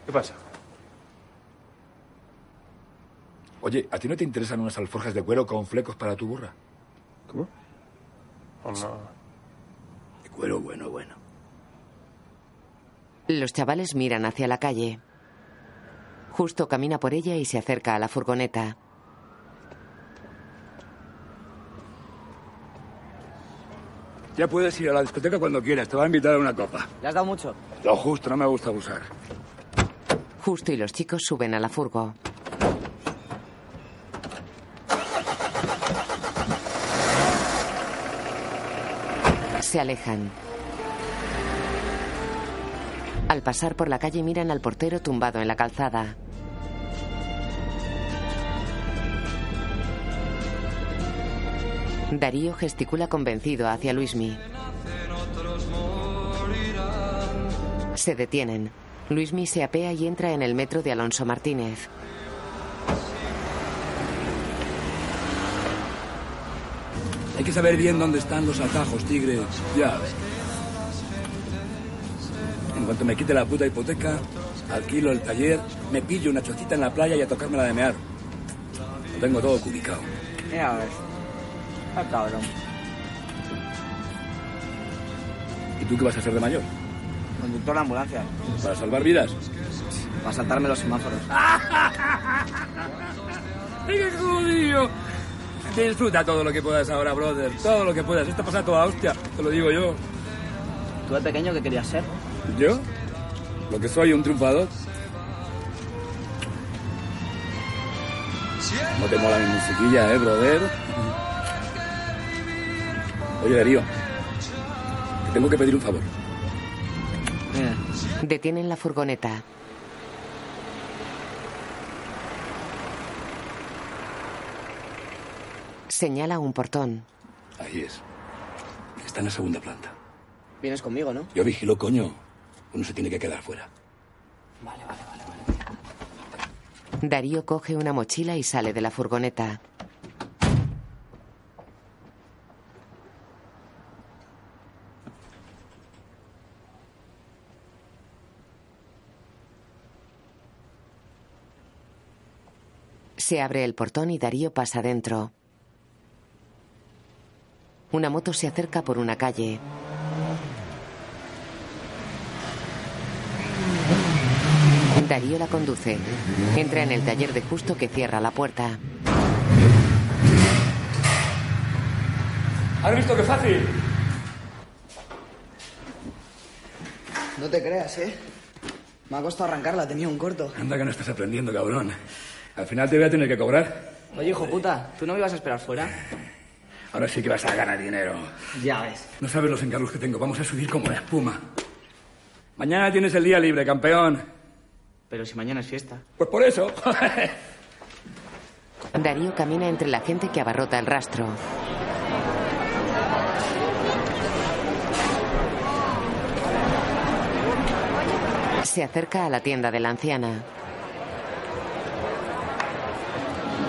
Speaker 23: ¿Qué pasa?
Speaker 11: Oye, ¿a ti no te interesan unas alforjas de cuero con flecos para tu burra? Pues
Speaker 23: ¿Cómo? ¿O no?
Speaker 11: De cuero, bueno, bueno.
Speaker 2: Los chavales miran hacia la calle. Justo camina por ella y se acerca a la furgoneta.
Speaker 11: Ya puedes ir a la discoteca cuando quieras. Te va a invitar a una copa.
Speaker 3: ¿Le has dado mucho?
Speaker 11: Lo justo, no me gusta abusar.
Speaker 2: Justo y los chicos suben a la furgo. Se alejan. Al pasar por la calle miran al portero tumbado en la calzada. Darío gesticula convencido hacia Luismi. Se detienen. Luismi se apea y entra en el metro de Alonso Martínez.
Speaker 11: Hay que saber bien dónde están los atajos, tigre. Ya. En cuanto me quite la puta hipoteca, alquilo el taller, me pillo una chocita en la playa y a tocármela de mear. Lo tengo todo cubicado.
Speaker 3: Mira, a ver. Ah, cabrón.
Speaker 11: ¿Y tú qué vas a hacer de mayor?
Speaker 3: Conductor de ambulancia.
Speaker 11: ¿Para salvar vidas?
Speaker 3: Para saltarme los semáforos.
Speaker 11: ¡Qué jodido! Disfruta todo lo que puedas ahora, brother. Todo lo que puedas. Esto pasa toda hostia, te lo digo yo.
Speaker 3: ¿Tú de pequeño qué querías ser?
Speaker 11: ¿Yo? Lo que soy, un triunfador.
Speaker 3: Siempre
Speaker 11: ¿Cómo te mola mi musiquilla, eh, brother? Oye, Darío, te tengo que pedir un favor.
Speaker 2: Detienen la furgoneta. Señala un portón.
Speaker 11: Ahí es. Está en la segunda planta.
Speaker 3: Vienes conmigo, ¿no?
Speaker 11: Yo vigilo, coño. Uno se tiene que quedar fuera.
Speaker 2: Darío coge una mochila y sale de la furgoneta. Se abre el portón y Darío pasa dentro. Una moto se acerca por una calle. Darío la conduce. Entra en el taller de Justo que cierra la puerta.
Speaker 11: ¿Has visto qué fácil?
Speaker 3: No te creas, ¿eh? Me ha costado arrancarla, tenía un corto.
Speaker 11: Anda que no estás aprendiendo, cabrón. Al final te voy a tener que cobrar.
Speaker 3: Oye, hijo puta, ¿tú no me ibas a esperar fuera?
Speaker 11: Ahora sí que vas a ganar dinero.
Speaker 3: Ya ves.
Speaker 11: No sabes los encargos que tengo. Vamos a subir como la espuma. Mañana tienes el día libre, campeón.
Speaker 3: Pero si mañana es fiesta.
Speaker 11: Pues por eso.
Speaker 2: Darío camina entre la gente que abarrota el rastro. Se acerca a la tienda de la anciana.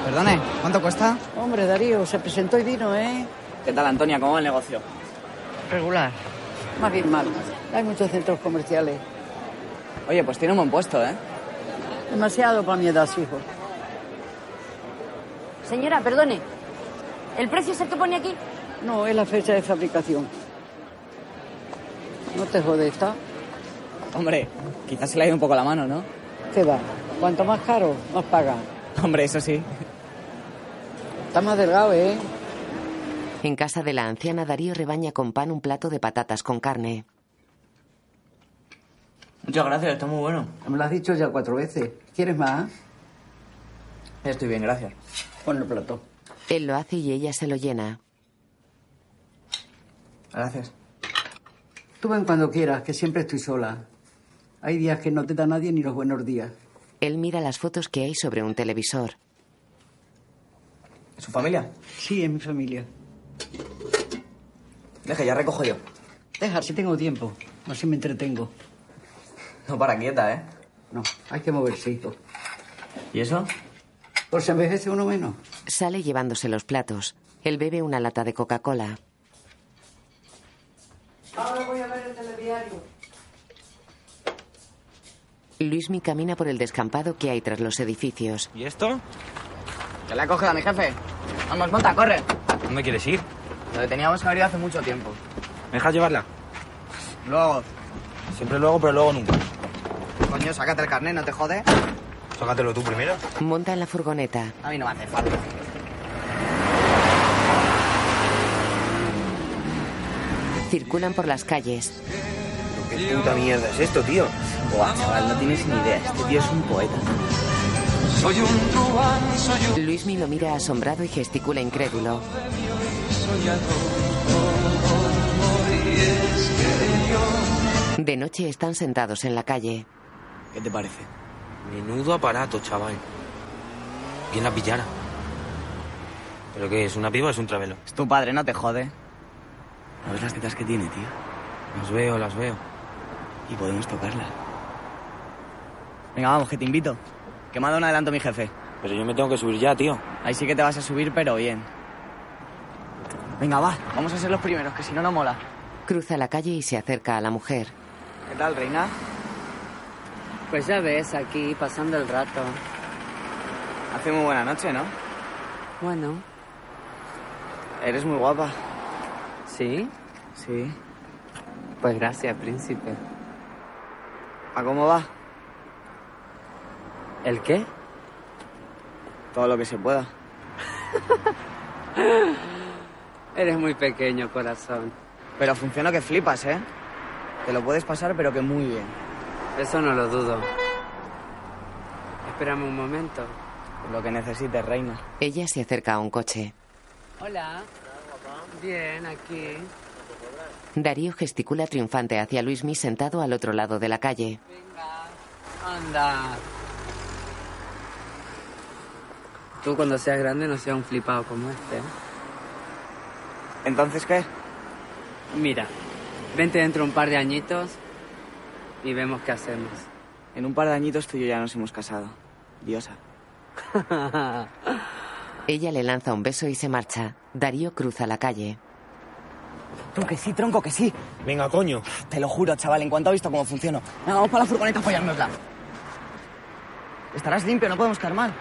Speaker 3: Perdone, ¿cuánto cuesta?
Speaker 19: Hombre, Darío, se presentó y vino, ¿eh?
Speaker 3: ¿Qué tal, Antonia? ¿Cómo va el negocio?
Speaker 19: Regular. Más bien mal. Hay muchos centros comerciales.
Speaker 3: Oye, pues tiene un buen puesto, ¿eh?
Speaker 19: Demasiado para mi edad, hijo.
Speaker 20: Señora, perdone. ¿El precio es el que pone aquí?
Speaker 19: No, es la fecha de fabricación. No te jode, ¿está?
Speaker 3: Hombre, quizás se le ha ido un poco la mano, ¿no?
Speaker 19: ¿Qué va? Cuanto más caro, más paga.
Speaker 3: Hombre, eso sí.
Speaker 19: Está más delgado, ¿eh?
Speaker 2: En casa de la anciana, Darío rebaña con pan un plato de patatas con carne.
Speaker 3: Muchas gracias, está muy bueno.
Speaker 19: Me lo has dicho ya cuatro veces. ¿Quieres más?
Speaker 3: Estoy bien, gracias.
Speaker 19: Pon el plato.
Speaker 2: Él lo hace y ella se lo llena.
Speaker 3: Gracias.
Speaker 19: Tú ven cuando quieras, que siempre estoy sola. Hay días que no te da nadie ni los buenos días.
Speaker 2: Él mira las fotos que hay sobre un televisor.
Speaker 3: ¿Su familia?
Speaker 19: Sí, es mi familia.
Speaker 3: Deja, ya recojo yo.
Speaker 19: Deja, si tengo tiempo. Así me entretengo.
Speaker 3: No para quieta, ¿eh?
Speaker 19: No, hay que moverse, hijo.
Speaker 3: ¿Y eso?
Speaker 19: Por si envejece uno menos.
Speaker 2: Sale llevándose los platos. Él bebe una lata de Coca-Cola.
Speaker 9: Ahora voy a ver el telediario.
Speaker 2: Luismi camina por el descampado que hay tras los edificios.
Speaker 6: ¿Y esto?
Speaker 3: Que la coge a mi jefe. Vamos, monta, corre.
Speaker 6: ¿Dónde quieres ir?
Speaker 3: Lo que teníamos que haber ido hace mucho tiempo.
Speaker 6: ¿Me dejas llevarla?
Speaker 3: Luego.
Speaker 6: Siempre luego, pero luego nunca.
Speaker 3: Coño, sácate el carnet, no te jode.
Speaker 6: Sácatelo tú primero.
Speaker 2: Monta en la furgoneta.
Speaker 3: A mí no me hace falta.
Speaker 2: Circulan por las calles.
Speaker 6: ¿Qué puta mierda es esto, tío?
Speaker 3: Buah, chaval, no tienes ni idea. Este tío es un poeta.
Speaker 2: Soy Luismi lo mira asombrado y gesticula incrédulo. De noche están sentados en la calle.
Speaker 3: ¿Qué te parece?
Speaker 6: Menudo aparato, chaval. ¿Quién la pillara? ¿Pero qué es? ¿Una piba o es un travelo?
Speaker 3: Es tu padre, no te jode. ¿No ves las tetas que tiene, tío?
Speaker 6: Las veo, las veo.
Speaker 3: Y podemos tocarlas. Venga, vamos, que te invito. Que me ha dado un adelanto mi jefe.
Speaker 6: Pero yo me tengo que subir ya, tío.
Speaker 3: Ahí sí que te vas a subir, pero bien. Venga, va. Vamos a ser los primeros, que si no, no mola.
Speaker 2: Cruza la calle y se acerca a la mujer.
Speaker 3: ¿Qué tal, reina?
Speaker 24: Pues ya ves, aquí, pasando el rato.
Speaker 3: Hace muy buena noche, ¿no?
Speaker 24: Bueno.
Speaker 3: Eres muy guapa.
Speaker 24: ¿Sí?
Speaker 3: Sí.
Speaker 24: Pues gracias, príncipe.
Speaker 3: ¿A cómo va?
Speaker 24: ¿El qué?
Speaker 3: Todo lo que se pueda.
Speaker 24: Eres muy pequeño, corazón.
Speaker 3: Pero funciona que flipas, ¿eh? Te lo puedes pasar, pero que muy bien.
Speaker 24: Eso no lo dudo. Espérame un momento.
Speaker 3: Lo que necesites, reina.
Speaker 2: Ella se acerca a un coche.
Speaker 24: Hola. Bien, aquí.
Speaker 2: Darío gesticula triunfante hacia Luismi sentado al otro lado de la calle.
Speaker 24: Anda. Tú cuando seas grande no seas un flipado como este. ¿eh?
Speaker 3: ¿Entonces qué?
Speaker 24: Mira, vente dentro un par de añitos y vemos qué hacemos.
Speaker 3: En un par de añitos tú y yo ya nos hemos casado. Diosa.
Speaker 2: Ella le lanza un beso y se marcha. Darío cruza la calle.
Speaker 21: Tú que sí, tronco, que sí.
Speaker 6: Venga, coño.
Speaker 3: Te lo juro, chaval, en cuanto ha visto cómo funciona. vamos para la furgoneta a follárnosla. Estarás limpio, no podemos caer mal.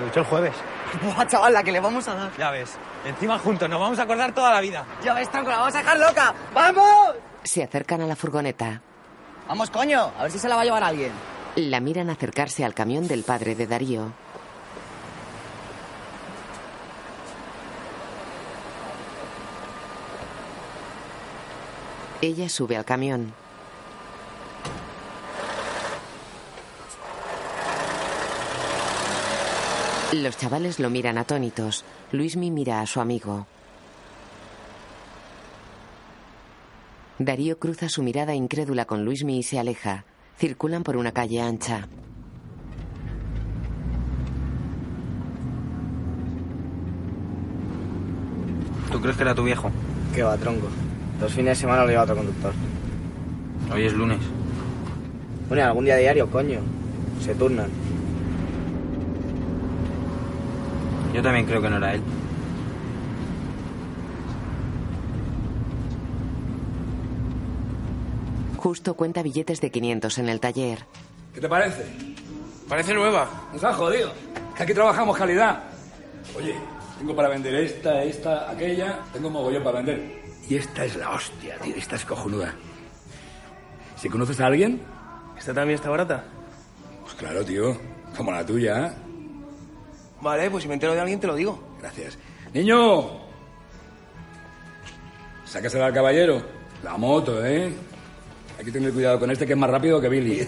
Speaker 6: Lo he hecho el jueves.
Speaker 3: Buah, chaval, la que le vamos a dar.
Speaker 6: Ya ves. Encima juntos, nos vamos a acordar toda la vida.
Speaker 3: Ya ves, tronco, la vamos a dejar loca. ¡Vamos!
Speaker 2: Se acercan a la furgoneta.
Speaker 3: Vamos, coño, a ver si se la va a llevar alguien.
Speaker 2: La miran acercarse al camión del padre de Darío. Ella sube al camión. Los chavales lo miran atónitos. Luismi mira a su amigo. Darío cruza su mirada incrédula con Luismi y se aleja. Circulan por una calle ancha.
Speaker 6: ¿Tú crees que era tu viejo?
Speaker 3: Qué va, tronco. Los fines de semana lo lleva otro conductor.
Speaker 6: Hoy es lunes.
Speaker 3: Bueno, algún día diario, coño. Se turnan.
Speaker 6: Yo también creo que no era él.
Speaker 2: Justo cuenta billetes de 500 en el taller.
Speaker 11: ¿Qué te parece?
Speaker 22: Parece nueva.
Speaker 11: Nos ha jodido. Que aquí trabajamos calidad. Oye, tengo para vender esta, esta, aquella. Tengo mogollón para vender. Y esta es la hostia, tío. Esta es cojonuda. Si conoces a alguien?
Speaker 6: ¿Esta también está barata?
Speaker 11: Pues claro, tío. Como la tuya, ¿eh?
Speaker 6: Vale, pues si me entero de alguien te lo digo.
Speaker 11: Gracias. ¡Niño! Sácasela al caballero. La moto, ¿eh? Hay que tener cuidado con este que es más rápido que Billy.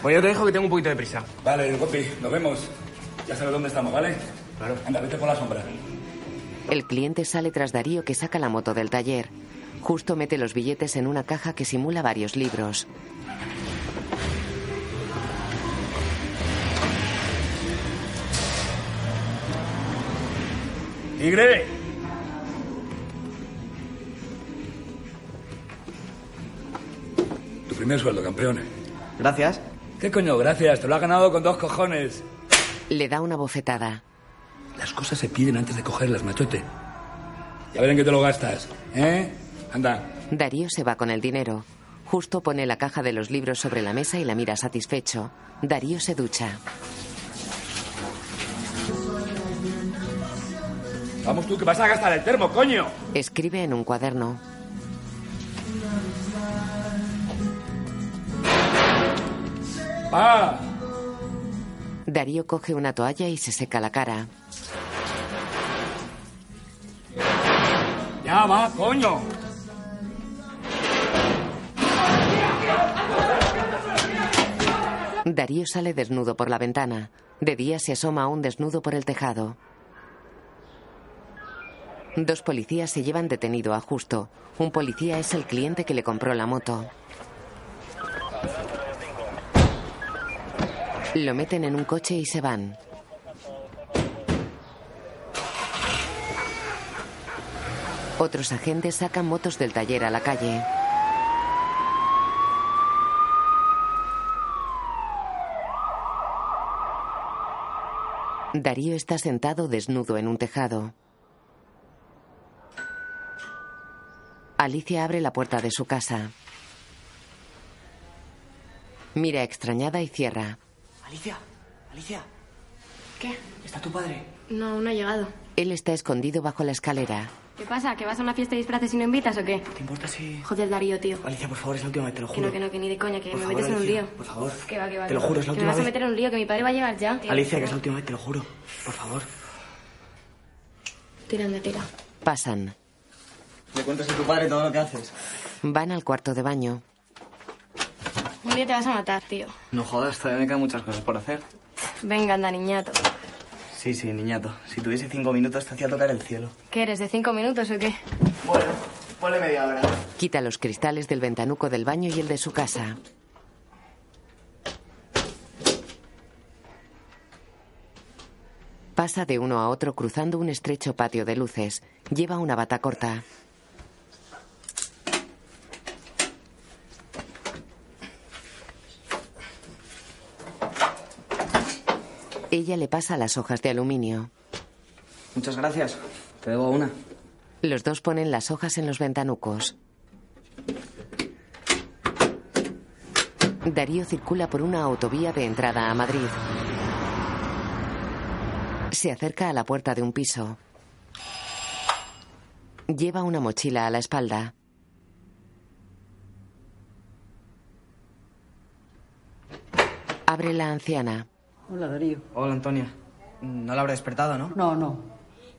Speaker 6: pues yo te dejo que tengo un poquito de prisa.
Speaker 11: Vale, Gopi, nos vemos. Ya sabes dónde estamos, ¿vale?
Speaker 6: Claro.
Speaker 11: Anda, vete por la sombra.
Speaker 2: El cliente sale tras Darío que saca la moto del taller. Justo mete los billetes en una caja que simula varios libros.
Speaker 11: ¡Tigre! Tu primer sueldo, campeón.
Speaker 3: Gracias.
Speaker 11: ¿Qué coño? Gracias, te lo has ganado con dos cojones.
Speaker 2: Le da una bofetada.
Speaker 11: Las cosas se piden antes de cogerlas, machote. Ya verán que te lo gastas, ¿eh? Anda.
Speaker 2: Darío se va con el dinero. Justo pone la caja de los libros sobre la mesa y la mira satisfecho. Darío se ducha.
Speaker 11: Vamos tú, que vas a gastar el termo, coño.
Speaker 2: Escribe en un cuaderno.
Speaker 11: ¡Pa!
Speaker 2: Darío coge una toalla y se seca la cara.
Speaker 11: ¡Ya va, coño!
Speaker 2: Darío sale desnudo por la ventana. De día se asoma a un desnudo por el tejado. Dos policías se llevan detenido a Justo. Un policía es el cliente que le compró la moto. Lo meten en un coche y se van. Otros agentes sacan motos del taller a la calle. Darío está sentado desnudo en un tejado. Alicia abre la puerta de su casa. Mira extrañada y cierra.
Speaker 21: Alicia, Alicia,
Speaker 25: ¿Qué?
Speaker 21: ¿está tu padre?
Speaker 25: No, aún no ha llegado.
Speaker 2: Él está escondido bajo la escalera.
Speaker 25: ¿Qué pasa? ¿Que vas a una fiesta de disfraces y no invitas o qué?
Speaker 21: ¿Te importa si...?
Speaker 25: Joder, Darío, tío.
Speaker 21: Alicia, por favor, es la última vez, te lo
Speaker 25: Que
Speaker 21: juro.
Speaker 25: no, que no, que ni de coña, que
Speaker 21: Por
Speaker 25: me
Speaker 21: favor,
Speaker 25: metes en un
Speaker 21: Alicia,
Speaker 25: lío.
Speaker 21: por favor.
Speaker 25: Que va, que va.
Speaker 21: Te
Speaker 25: que
Speaker 21: lo
Speaker 25: va.
Speaker 21: juro, es la
Speaker 25: Que
Speaker 21: última
Speaker 25: me vas a
Speaker 21: vez.
Speaker 25: meter en un lío, que mi padre va a llegar ya. tío.
Speaker 21: Alicia, que es la última vez, te lo juro. Por favor.
Speaker 25: Tirando, tira.
Speaker 2: Pasan.
Speaker 3: Le cuentas a tu padre todo lo que haces.
Speaker 2: Van al cuarto de baño.
Speaker 25: Un día te vas a matar, tío.
Speaker 3: No jodas, todavía me quedan muchas cosas por hacer.
Speaker 25: Venga, anda, niñato.
Speaker 6: Sí, sí, niñato. Si tuviese cinco minutos te hacía tocar el cielo.
Speaker 25: ¿Qué eres, de cinco minutos o qué?
Speaker 6: Ponle media hora.
Speaker 2: Quita los cristales del ventanuco del baño y el de su casa. Pasa de uno a otro cruzando un estrecho patio de luces. Lleva una bata corta. Ella le pasa las hojas de aluminio.
Speaker 6: Muchas gracias. Te debo una.
Speaker 2: Los dos ponen las hojas en los ventanucos. Darío circula por una autovía de entrada a Madrid. Se acerca a la puerta de un piso. Lleva una mochila a la espalda. Abre la anciana.
Speaker 19: Hola, Darío.
Speaker 6: Hola, Antonia. No la habrá despertado, ¿no?
Speaker 19: No, no.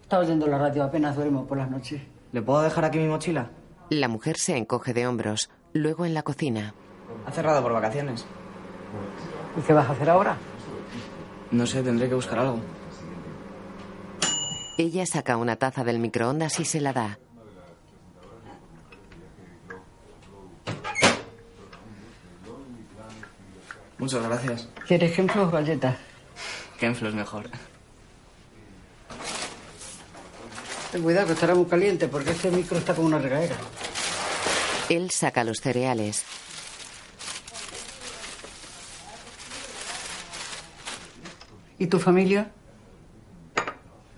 Speaker 19: Estaba oyendo la radio, apenas duermo por las noches.
Speaker 6: ¿Le puedo dejar aquí mi mochila?
Speaker 2: La mujer se encoge de hombros, luego en la cocina.
Speaker 6: Ha cerrado por vacaciones.
Speaker 19: ¿Y qué vas a hacer ahora?
Speaker 6: No sé, tendré que buscar algo.
Speaker 2: Ella saca una taza del microondas y se la da.
Speaker 6: Muchas gracias.
Speaker 19: ¿Quieres ejemplos o galletas?
Speaker 6: Kenflo es mejor.
Speaker 19: Ten cuidado que estará muy caliente porque este micro está como una regadera.
Speaker 2: Él saca los cereales.
Speaker 19: ¿Y tu familia?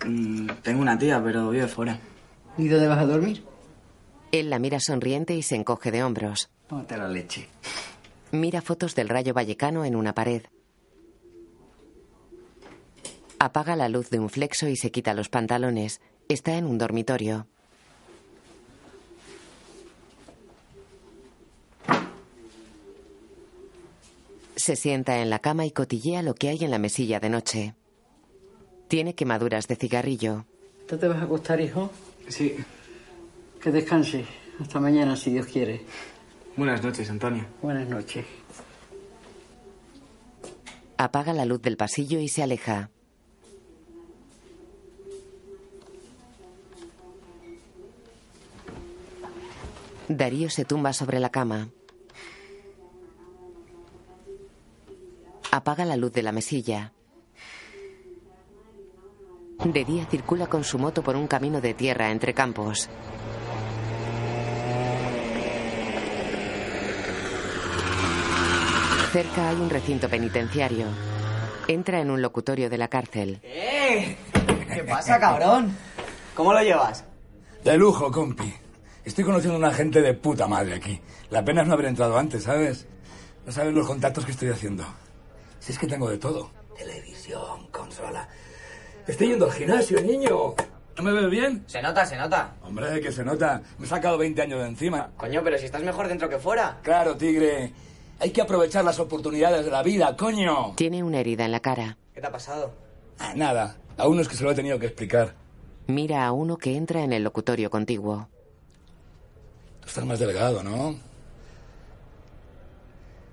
Speaker 6: Mm, tengo una tía, pero vive fuera.
Speaker 19: ¿Y dónde vas a dormir?
Speaker 2: Él la mira sonriente y se encoge de hombros.
Speaker 19: Tómate la leche.
Speaker 2: Mira fotos del rayo vallecano en una pared. Apaga la luz de un flexo y se quita los pantalones. Está en un dormitorio. Se sienta en la cama y cotillea lo que hay en la mesilla de noche. Tiene quemaduras de cigarrillo.
Speaker 19: ¿Tú te vas a acostar, hijo?
Speaker 6: Sí.
Speaker 19: Que descanse. Hasta mañana, si Dios quiere.
Speaker 6: Buenas noches, Antonia.
Speaker 19: Buenas noches.
Speaker 2: Apaga la luz del pasillo y se aleja. Darío se tumba sobre la cama. Apaga la luz de la mesilla. De día circula con su moto por un camino de tierra entre campos. Cerca hay un recinto penitenciario. Entra en un locutorio de la cárcel.
Speaker 3: ¡Eh! ¿Qué pasa, cabrón? ¿Cómo lo llevas?
Speaker 11: De lujo, compi. Estoy conociendo a una gente de puta madre aquí. La pena es no haber entrado antes, ¿sabes? No sabes los contactos que estoy haciendo. Si es que tengo de todo. Televisión, consola. Estoy yendo al gimnasio, niño. ¿No me veo bien?
Speaker 3: Se nota, se nota.
Speaker 11: Hombre, que se nota. Me he sacado 20 años de encima.
Speaker 3: Coño, pero si estás mejor dentro que fuera.
Speaker 11: Claro, tigre. Hay que aprovechar las oportunidades de la vida, coño.
Speaker 2: Tiene una herida en la cara.
Speaker 3: ¿Qué te ha pasado?
Speaker 11: Ah, nada. A uno es que se lo he tenido que explicar.
Speaker 2: Mira a uno que entra en el locutorio contiguo.
Speaker 11: Tú estás más delgado, ¿no?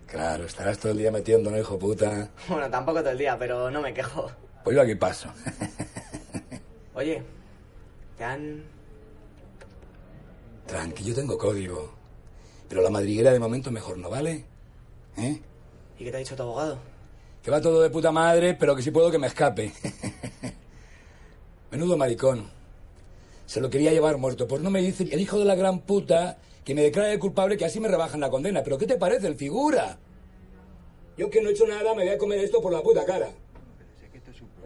Speaker 11: Claro, estarás todo el día metiendo, ¿no, hijo puta?
Speaker 3: Bueno, tampoco todo el día, pero no me quejo.
Speaker 11: Pues yo aquí paso.
Speaker 3: Oye, ¿te han...?
Speaker 11: Tranqui, yo tengo código. Pero la madriguera de momento mejor no, ¿vale? ¿Eh?
Speaker 3: ¿Y qué te ha dicho tu abogado?
Speaker 11: Que va todo de puta madre, pero que si puedo que me escape. Menudo maricón. Se lo quería llevar muerto. Pues no me dice el hijo de la gran puta que me declare culpable que así me rebajan la condena. ¿Pero qué te parece el figura? Yo que no he hecho nada me voy a comer esto por la puta cara.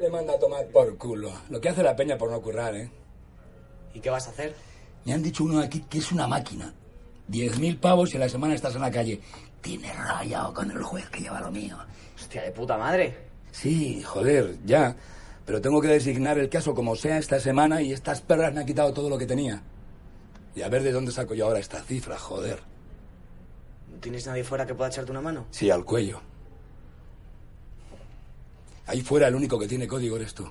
Speaker 11: Le manda a tomar por culo. Lo que hace la peña por no currar, ¿eh?
Speaker 3: ¿Y qué vas a hacer?
Speaker 11: Me han dicho uno aquí que es una máquina. Diez mil pavos y a la semana estás en la calle. Tiene rayado con el juez que lleva lo mío.
Speaker 3: Hostia, de puta madre.
Speaker 11: Sí, joder, ya. Pero tengo que designar el caso como sea esta semana y estas perras me han quitado todo lo que tenía. Y a ver de dónde saco yo ahora esta cifra, joder.
Speaker 3: ¿No tienes nadie fuera que pueda echarte una mano?
Speaker 11: Sí, al cuello. Ahí fuera el único que tiene código eres tú.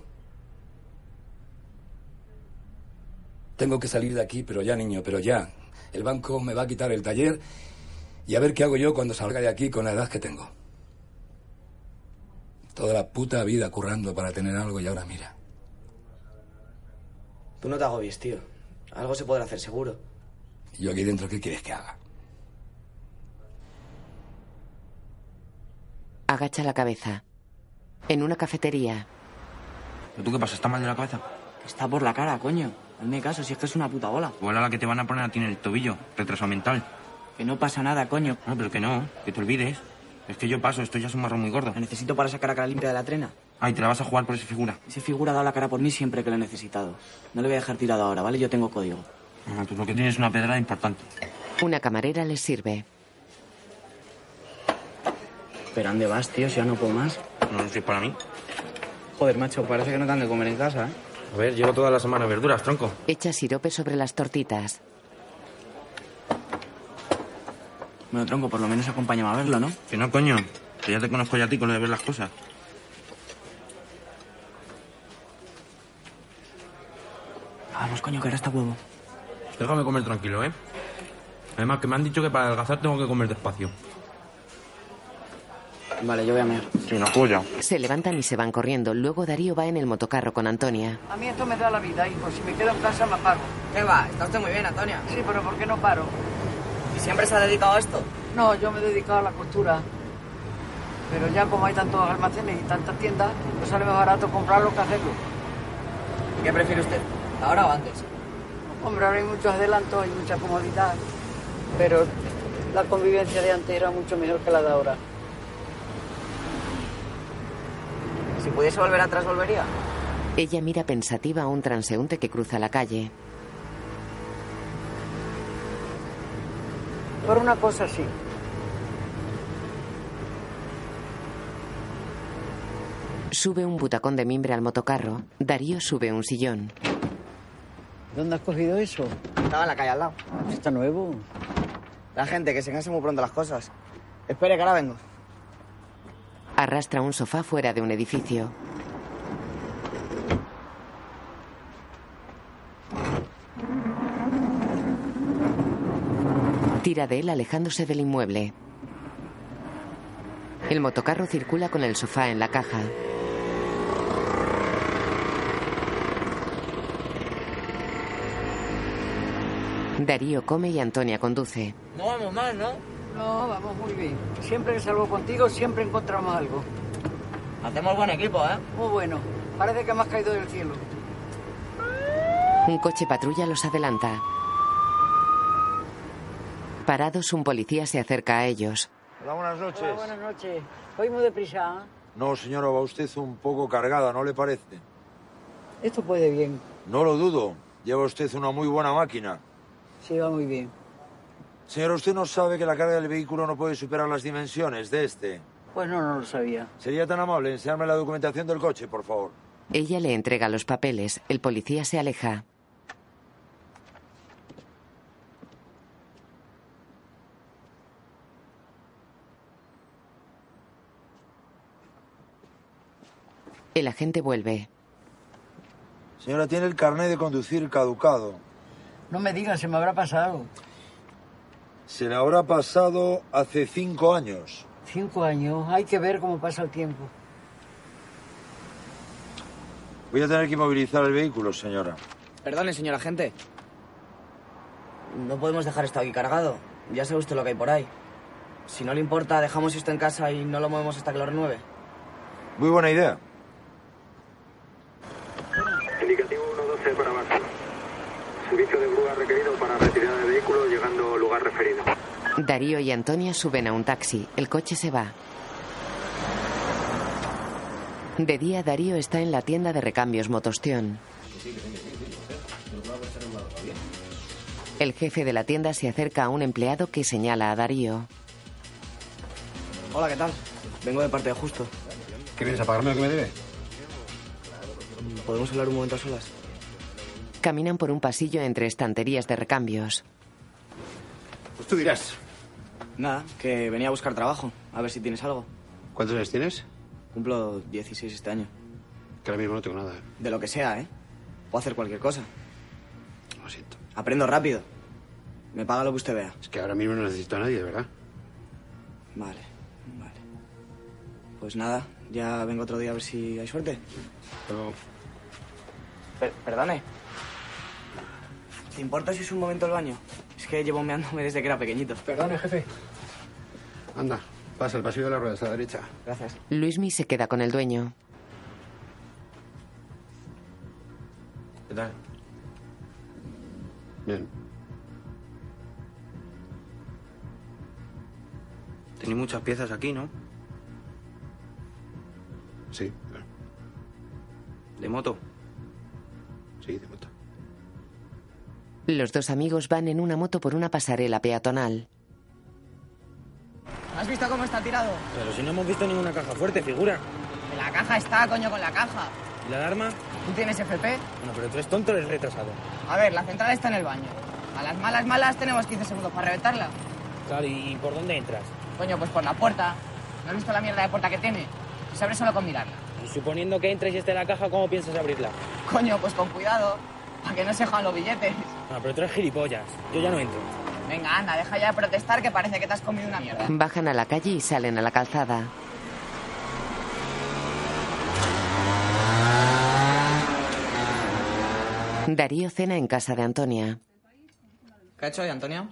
Speaker 11: Tengo que salir de aquí, pero ya, niño, pero ya. El banco me va a quitar el taller y a ver qué hago yo cuando salga de aquí con la edad que tengo. Toda la puta vida currando para tener algo y ahora mira.
Speaker 3: Tú no te agobies, tío. Algo se podrá hacer seguro.
Speaker 11: ¿Y yo aquí dentro qué quieres que haga?
Speaker 2: Agacha la cabeza. En una cafetería,
Speaker 6: ¿Pero tú qué pasa? ¿Está mal de la cabeza?
Speaker 3: Está por la cara, coño. Hazme caso, si es que es una puta bola.
Speaker 6: Vuela la que te van a poner a ti en el tobillo. Retraso mental.
Speaker 3: Que no pasa nada, coño.
Speaker 6: No, pero que no. Que te olvides. Es que yo paso. Esto ya es un marrón muy gordo.
Speaker 3: La necesito para sacar a cara limpia de la trena.
Speaker 6: Ay, te la vas a jugar por esa figura.
Speaker 3: Ese figura ha dado la cara por mí siempre que lo he necesitado. No le voy a dejar tirado ahora, ¿vale? Yo tengo código.
Speaker 6: Ah, pues lo que tienes es una pedrada importante.
Speaker 2: una camarera les sirve.
Speaker 3: Pero ¿dónde vas, tío? Si ya no puedo más.
Speaker 6: No, no soy para mí.
Speaker 3: Joder, macho, parece que no te han de comer en casa, ¿eh?
Speaker 6: A ver, llevo toda la semana verduras, tronco.
Speaker 2: Echa sirope sobre las tortitas.
Speaker 3: Bueno, tronco, por lo menos acompáñame a verlo, ¿no?
Speaker 6: Que no, coño. Que ya te conozco ya a ti con lo de ver las cosas.
Speaker 3: Vamos, coño, que ahora está huevo.
Speaker 6: Déjame comer tranquilo, ¿eh? Además, que me han dicho que para adelgazar tengo que comer despacio.
Speaker 3: Vale, yo voy a mear.
Speaker 6: Sí, una polla.
Speaker 2: Se levantan y se van corriendo. Luego Darío va en el motocarro con Antonia.
Speaker 19: A mí esto me da la vida, hijo. Si me quedo en casa, me apago.
Speaker 3: ¿Qué va? Está usted muy bien, Antonia.
Speaker 19: Sí, pero ¿por qué no paro?
Speaker 3: ¿Y siempre se ha dedicado a esto?
Speaker 19: No, yo me he dedicado a la costura. Pero ya como hay tantos almacenes y tantas tiendas, me sale más barato comprarlo que hacerlo.
Speaker 3: ¿Qué prefiere usted? ¿Ahora o antes?
Speaker 19: Hombre, ahora hay muchos adelantos, hay mucha comodidad. Pero la convivencia de antes era mucho mejor que la de ahora.
Speaker 3: Si pudiese volver atrás, volvería.
Speaker 2: Ella mira pensativa a un transeúnte que cruza la calle.
Speaker 19: Por una cosa sí.
Speaker 2: Sube un butacón de mimbre al motocarro. Darío sube un sillón.
Speaker 26: ¿Dónde has cogido eso?
Speaker 3: Estaba en la calle al lado.
Speaker 26: Está nuevo.
Speaker 3: La gente que se cansa muy pronto las cosas. Espere, que ahora vengo.
Speaker 2: Arrastra un sofá fuera de un edificio. Tira de él alejándose del inmueble. El motocarro circula con el sofá en la caja. Darío come y Antonia conduce.
Speaker 3: No vamos mal, ¿no?
Speaker 19: No, vamos muy bien. Siempre que salgo contigo, siempre encontramos algo.
Speaker 3: Hacemos buen equipo, ¿eh?
Speaker 19: Muy bueno. Parece que me has caído del cielo.
Speaker 2: Un coche patrulla los adelanta. Parados, un policía se acerca a ellos.
Speaker 27: Hola, buenas noches.
Speaker 19: Hola, buenas noches. Voy muy deprisa. ¿eh?
Speaker 27: No, señora, va usted un poco cargada, ¿no le parece?
Speaker 19: Esto puede bien.
Speaker 27: No lo dudo. Lleva usted una muy buena máquina.
Speaker 19: Sí, va muy bien.
Speaker 27: Señora, usted no sabe que la carga del vehículo no puede superar las dimensiones de este.
Speaker 19: Pues no, no lo sabía.
Speaker 27: ¿Sería tan amable enseñarme la documentación del coche, por favor?
Speaker 2: Ella le entrega los papeles. El policía se aleja. El agente vuelve.
Speaker 27: Señora, tiene el carnet de conducir caducado.
Speaker 19: No me digas, se me habrá pasado.
Speaker 27: Se le habrá pasado hace cinco años.
Speaker 19: Cinco años. Hay que ver cómo pasa el tiempo.
Speaker 27: Voy a tener que movilizar el vehículo, señora.
Speaker 3: Perdone, señor agente. No podemos dejar esto aquí cargado. Ya sabe usted lo que hay por ahí. Si no le importa, dejamos esto en casa y no lo movemos hasta que lo renueve.
Speaker 27: Muy buena idea.
Speaker 28: Indicativo 112 para Barcelona. Servicio de grúa requerido para retirada de vehículo llegando al lugar referido.
Speaker 2: Darío y Antonia suben a un taxi. El coche se va. De día, Darío está en la tienda de recambios Motostión. El jefe de la tienda se acerca a un empleado que señala a Darío.
Speaker 3: Hola, ¿qué tal? Vengo de parte de Justo.
Speaker 29: ¿Qué vienes a pagarme lo que me debe?
Speaker 3: ¿Podemos hablar un momento a solas?
Speaker 2: Caminan por un pasillo entre estanterías de recambios.
Speaker 29: Pues tú dirás.
Speaker 3: Nada, que venía a buscar trabajo. A ver si tienes algo.
Speaker 29: ¿Cuántos años tienes?
Speaker 3: Cumplo 16 este año.
Speaker 29: Que ahora mismo no tengo nada.
Speaker 3: De lo que sea, ¿eh? Puedo hacer cualquier cosa.
Speaker 29: Lo siento.
Speaker 3: Aprendo rápido. Me paga lo que usted vea.
Speaker 29: Es que ahora mismo no necesito a nadie, ¿verdad?
Speaker 3: Vale, vale. Pues nada, ya vengo otro día a ver si hay suerte.
Speaker 6: Pero... Per- perdone.
Speaker 3: ¿Te importa si es un momento al baño? Es que llevo meándome desde que era pequeñito.
Speaker 30: Perdone, jefe. Anda, pasa el pasillo de las ruedas a la derecha.
Speaker 3: Gracias.
Speaker 2: Luismi se queda con el dueño.
Speaker 22: ¿Qué tal?
Speaker 30: Bien.
Speaker 22: Tenéis muchas piezas aquí, ¿no?
Speaker 30: Sí.
Speaker 22: ¿De moto?
Speaker 30: Sí, de moto.
Speaker 2: Los dos amigos van en una moto por una pasarela peatonal.
Speaker 3: ¿Has visto cómo está tirado?
Speaker 6: Pero si no hemos visto ninguna caja fuerte, figura.
Speaker 3: La caja está, coño, con la caja.
Speaker 6: ¿Y la alarma?
Speaker 3: ¿Tú tienes FP?
Speaker 6: Bueno, pero tú eres tonto, eres retrasado.
Speaker 3: A ver, la central está en el baño. A las malas malas tenemos 15 segundos para reventarla.
Speaker 6: Claro, ¿y por dónde entras?
Speaker 3: Coño, pues por la puerta. ¿No has visto la mierda de puerta que tiene? Se abre solo con mirarla.
Speaker 6: Y suponiendo que entres y esté la caja, ¿cómo piensas abrirla?
Speaker 3: Coño, pues con cuidado, para que no se jodan los billetes.
Speaker 6: Bueno, Ah, pero tú eres gilipollas. Yo ya no entro.
Speaker 3: Venga, anda, deja ya de protestar que parece que te has comido una mierda.
Speaker 2: Bajan a la calle y salen a la calzada. Darío cena en casa de Antonia.
Speaker 3: ¿Qué ha hecho hoy, Antonio?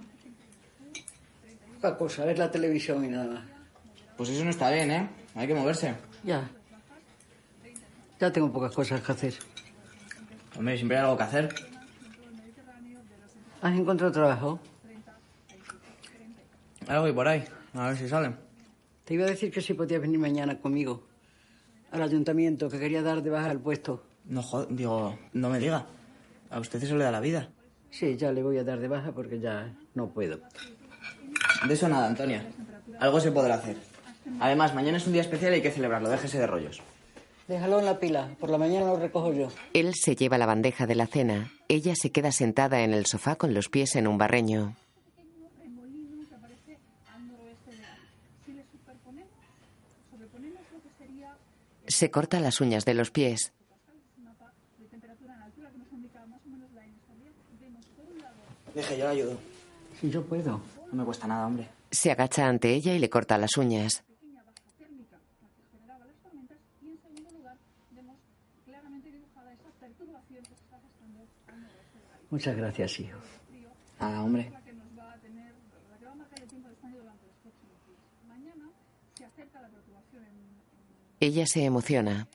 Speaker 19: Poca cosa, Pues ver la televisión y nada más.
Speaker 3: Pues eso no está bien, ¿eh? Hay que moverse.
Speaker 19: Ya. Ya tengo pocas cosas que hacer.
Speaker 3: Hombre, siempre hay algo que hacer.
Speaker 19: ¿Has encontrado trabajo?
Speaker 3: Algo y por ahí. A ver si salen.
Speaker 19: Te iba a decir que si podías venir mañana conmigo al ayuntamiento, que quería dar de baja el puesto.
Speaker 3: No, joder, digo, no me diga. A usted eso le da la vida.
Speaker 19: Sí, ya le voy a dar de baja porque ya no puedo.
Speaker 3: De eso nada, Antonia. Algo se podrá hacer. Además, mañana es un día especial y hay que celebrarlo. Déjese de rollos.
Speaker 19: Déjalo en la pila, por la mañana lo recojo yo.
Speaker 2: Él se lleva la bandeja de la cena. Ella se queda sentada en el sofá con los pies en un barreño. Se corta las uñas de los pies.
Speaker 3: Deje, yo la ayudo.
Speaker 19: Si yo puedo.
Speaker 3: No me cuesta nada, hombre.
Speaker 2: Se agacha ante ella y le corta las uñas.
Speaker 19: Muchas gracias, hijo.
Speaker 3: Nada, hombre.
Speaker 2: Ella se emociona.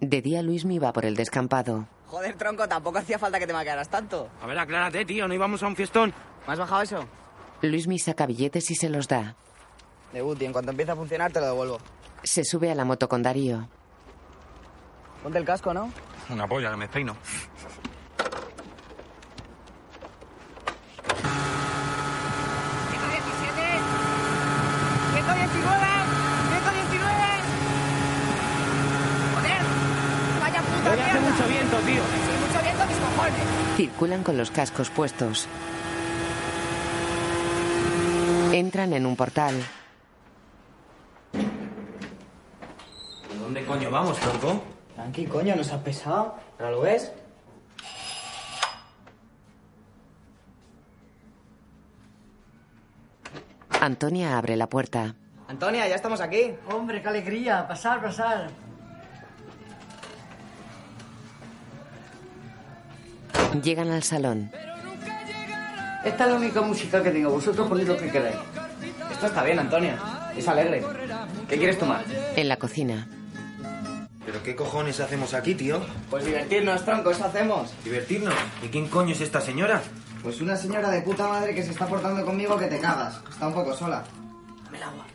Speaker 2: De día Luismi va por el descampado.
Speaker 3: Joder, tronco, tampoco hacía falta que te maquearas tanto.
Speaker 6: A ver, aclárate, tío. ¿No íbamos a un fiestón?
Speaker 3: ¿Me has bajado eso?
Speaker 2: Luismi saca billetes y se los da.
Speaker 3: De Eh, Guti, en cuanto empiece a funcionar te lo devuelvo.
Speaker 2: Se sube a la moto con Darío.
Speaker 3: Ponte el casco, ¿no?
Speaker 22: Una polla, que me peino.
Speaker 6: Hoy hace mucho viento, tío.
Speaker 21: mucho viento, mis cojones.
Speaker 2: Circulan con los cascos puestos. Entran en un portal.
Speaker 6: ¿Dónde coño vamos, tronco?
Speaker 3: Tranqui, coño, nos has pesado. ¿Pero lo ves?
Speaker 2: Antonia abre la puerta.
Speaker 3: Antonia, ya estamos aquí.
Speaker 19: Hombre, qué alegría. Pasar, pasar.
Speaker 2: Llegan al salón.
Speaker 19: Esta es la única música que tengo. Vosotros poned lo que queráis.
Speaker 3: Esto está bien, Antonia. Es alegre. ¿Qué quieres tomar?
Speaker 2: En la cocina.
Speaker 22: ¿Pero qué cojones hacemos aquí, tío?
Speaker 3: Pues divertirnos, tronco, eso hacemos.
Speaker 22: ¿Divertirnos? ¿Y quién coño es esta señora?
Speaker 3: Pues una señora de puta madre que se está portando conmigo que te cagas. Está un poco sola. Dame el agua.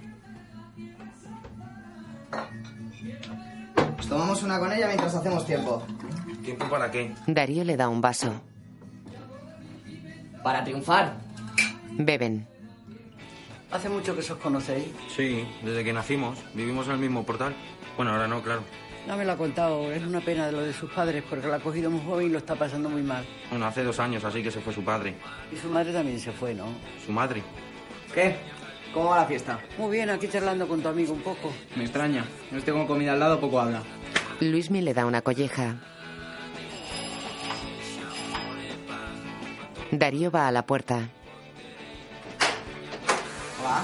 Speaker 3: Pues tomamos una con ella mientras hacemos tiempo.
Speaker 22: ¿Tiempo para qué?
Speaker 2: Darío le da un vaso.
Speaker 3: Para triunfar.
Speaker 2: Beben.
Speaker 19: Hace mucho que os conocéis.
Speaker 22: Sí, desde que nacimos. Vivimos en el mismo portal. Bueno, ahora no, claro.
Speaker 19: No me lo ha contado. Es una pena de lo de sus padres porque la ha cogido muy joven y lo está pasando muy mal.
Speaker 22: Bueno, hace dos años así que se fue su padre.
Speaker 19: Y su madre también se fue, ¿no?
Speaker 22: Su madre.
Speaker 3: ¿Qué? ¿Cómo va la fiesta?
Speaker 19: Muy bien, aquí charlando con tu amigo un poco.
Speaker 3: Me extraña. No estoy con comida al lado, poco habla.
Speaker 2: Luismi le da una colleja. Darío va a la puerta.
Speaker 3: va?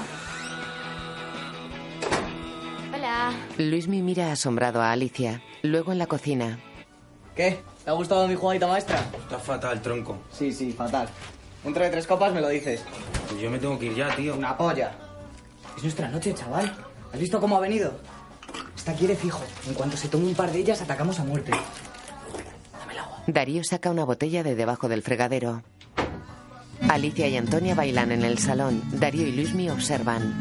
Speaker 31: Hola.
Speaker 2: Luismi mira asombrado a Alicia. Luego en la cocina.
Speaker 3: ¿Qué? ¿Te ha gustado mi jugadita maestra?
Speaker 6: Está fatal, tronco.
Speaker 3: Sí, sí, fatal. Dentro de tres copas me lo dices.
Speaker 6: Pues yo me tengo que ir ya, tío.
Speaker 3: Una polla. Es nuestra noche, chaval. ¿Has visto cómo ha venido? Esta quiere fijo. En cuanto se tome un par de ellas, atacamos a muerte.
Speaker 2: Darío saca una botella de debajo del fregadero. Alicia y Antonia bailan en el salón. Darío y Luismi observan.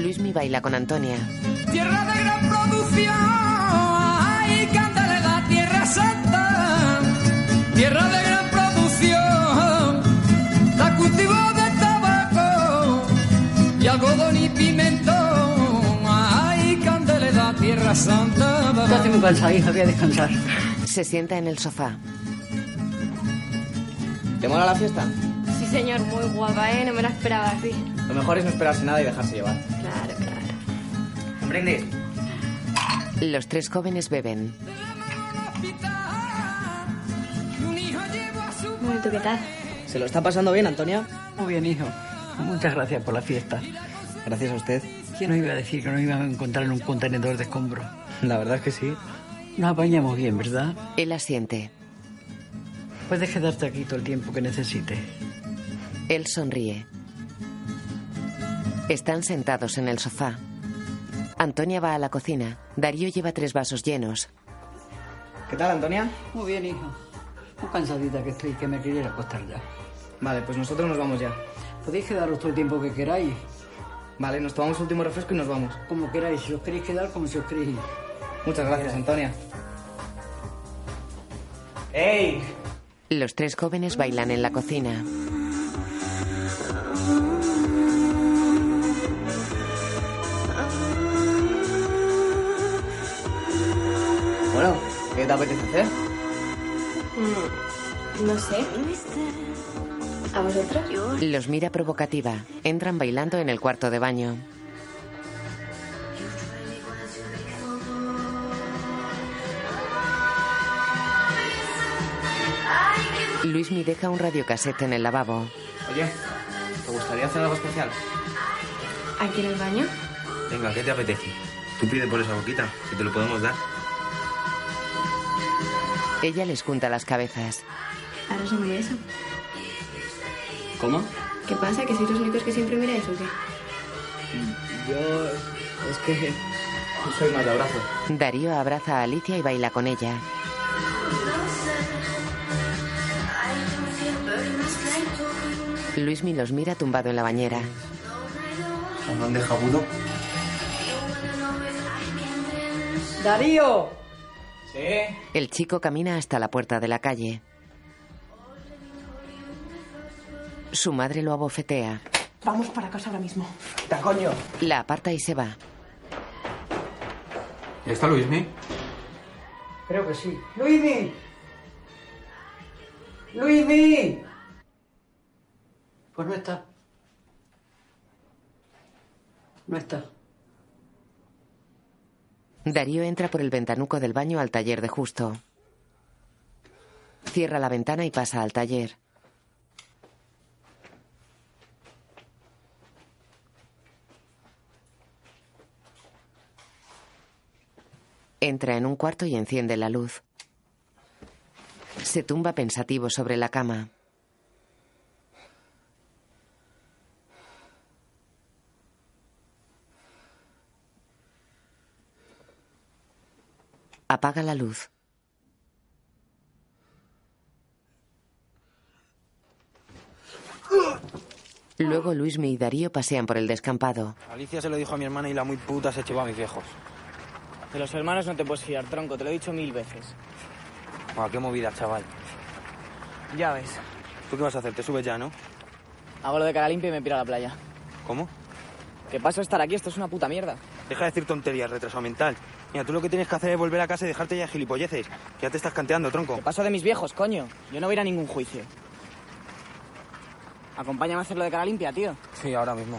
Speaker 2: Luismi baila con Antonia.
Speaker 7: Tierra de gran producción, ay, cántale la tierra santa. Tierra de gran producción, la cultivo de tabaco y algodón y pimentón, ay, cántale la tierra santa.
Speaker 19: Estoy muy cansada, hija, voy a descansar.
Speaker 2: Se sienta en el sofá.
Speaker 3: ¿Te mola la fiesta?
Speaker 1: Sí, señor, muy guapa, ¿eh? No me la esperaba así.
Speaker 3: Lo mejor es no esperarse nada y dejarse llevar.
Speaker 1: Claro, claro.
Speaker 3: ¿Comprendes?
Speaker 2: Los tres jóvenes beben.
Speaker 1: Bueno, ¿y tú qué tal?
Speaker 3: ¿Se lo está pasando bien, Antonia?
Speaker 19: Muy bien, hijo. Muchas gracias por la fiesta.
Speaker 3: Gracias a usted.
Speaker 19: ¿Quién nos iba a decir que nos íbamos a encontrar en un contenedor de escombros?
Speaker 3: La verdad es que sí.
Speaker 19: Nos apañamos bien, ¿verdad? Pues
Speaker 2: Él asiente.
Speaker 19: Puedes quedarte aquí todo el tiempo que necesites.
Speaker 2: Él sonríe. Están sentados en el sofá. Antonia va a la cocina. Darío lleva tres vasos llenos.
Speaker 3: ¿Qué tal, Antonia?
Speaker 19: Muy bien, hijo. Muy cansadita que estoy, que me quería ir a acostar ya. Pues
Speaker 3: Vale, pues nosotros nos vamos ya.
Speaker 19: Podéis quedaros todo el tiempo que queráis,
Speaker 3: Vale, nos tomamos último refresco y nos vamos.
Speaker 19: como queráis. Si os queréis quedar, como si os queréis ir.
Speaker 3: Muchas gracias, Antonia. ¡Ey!
Speaker 2: Los tres jóvenes bailan en la cocina.
Speaker 3: Bueno, ¿qué te apetece hacer?
Speaker 1: Mm, no sé. ¿A vosotros?
Speaker 2: Los mira provocativa. Entran bailando en el cuarto de baño. Luismi deja un radiocasete en el lavabo.
Speaker 3: Oye, ¿te gustaría hacer algo especial?
Speaker 1: ¿Aquí en el baño?
Speaker 6: Venga, ¿qué te apetece? Tú pide por esa boquita, que te lo podemos dar.
Speaker 2: Ella les junta las cabezas.
Speaker 1: Ahora se mira eso.
Speaker 3: ¿Cómo?
Speaker 1: ¿Qué pasa? ¿Que sois los únicos que siempre miráis o qué?
Speaker 3: Yo. Es que. Soy más de abrazo.
Speaker 2: Darío abraza a Alicia y baila con ella. Luismi los mira tumbado en la bañera.
Speaker 6: ¿Dónde jabudo?
Speaker 19: ¡Darío!
Speaker 3: Sí.
Speaker 2: El chico camina hasta la puerta de la calle. Su madre lo abofetea.
Speaker 4: Vamos para casa ahora mismo.
Speaker 3: ¡Ta coño!
Speaker 2: La aparta y se va.
Speaker 6: ¿Ya está Luismi?
Speaker 19: Creo que sí. ¡Luismi! ¡Luismi! Pues no está. No está.
Speaker 2: Darío entra por el ventanuco del baño al taller de Justo. Cierra la ventana y pasa al taller. Entra en un cuarto y enciende la luz. Se tumba pensativo sobre la cama. Apaga la luz. Luego Luismi y Darío pasean por el descampado.
Speaker 32: Alicia se lo dijo a mi hermana y la muy puta se echó a mis viejos.
Speaker 3: De los hermanos no te puedes fiar, tronco, te lo he dicho mil veces.
Speaker 6: Ah, qué movida, chaval.
Speaker 3: Ya ves.
Speaker 6: ¿Tú qué vas a hacer? Te subes ya, ¿no?
Speaker 3: Hago lo de cara limpia y me piro a la playa.
Speaker 6: ¿Cómo?
Speaker 3: ¿Qué paso estar aquí? Esto es una puta mierda.
Speaker 6: Deja de decir tonterías, retraso mental. Mira, tú lo que tienes que hacer es volver a casa y dejarte ya de gilipolleces. Que ya te estás canteando, tronco.
Speaker 3: ¿Qué paso de mis viejos, coño? Yo no voy a ir a ningún juicio. Acompáñame a hacer lo de cara limpia, tío.
Speaker 6: Sí, ahora mismo.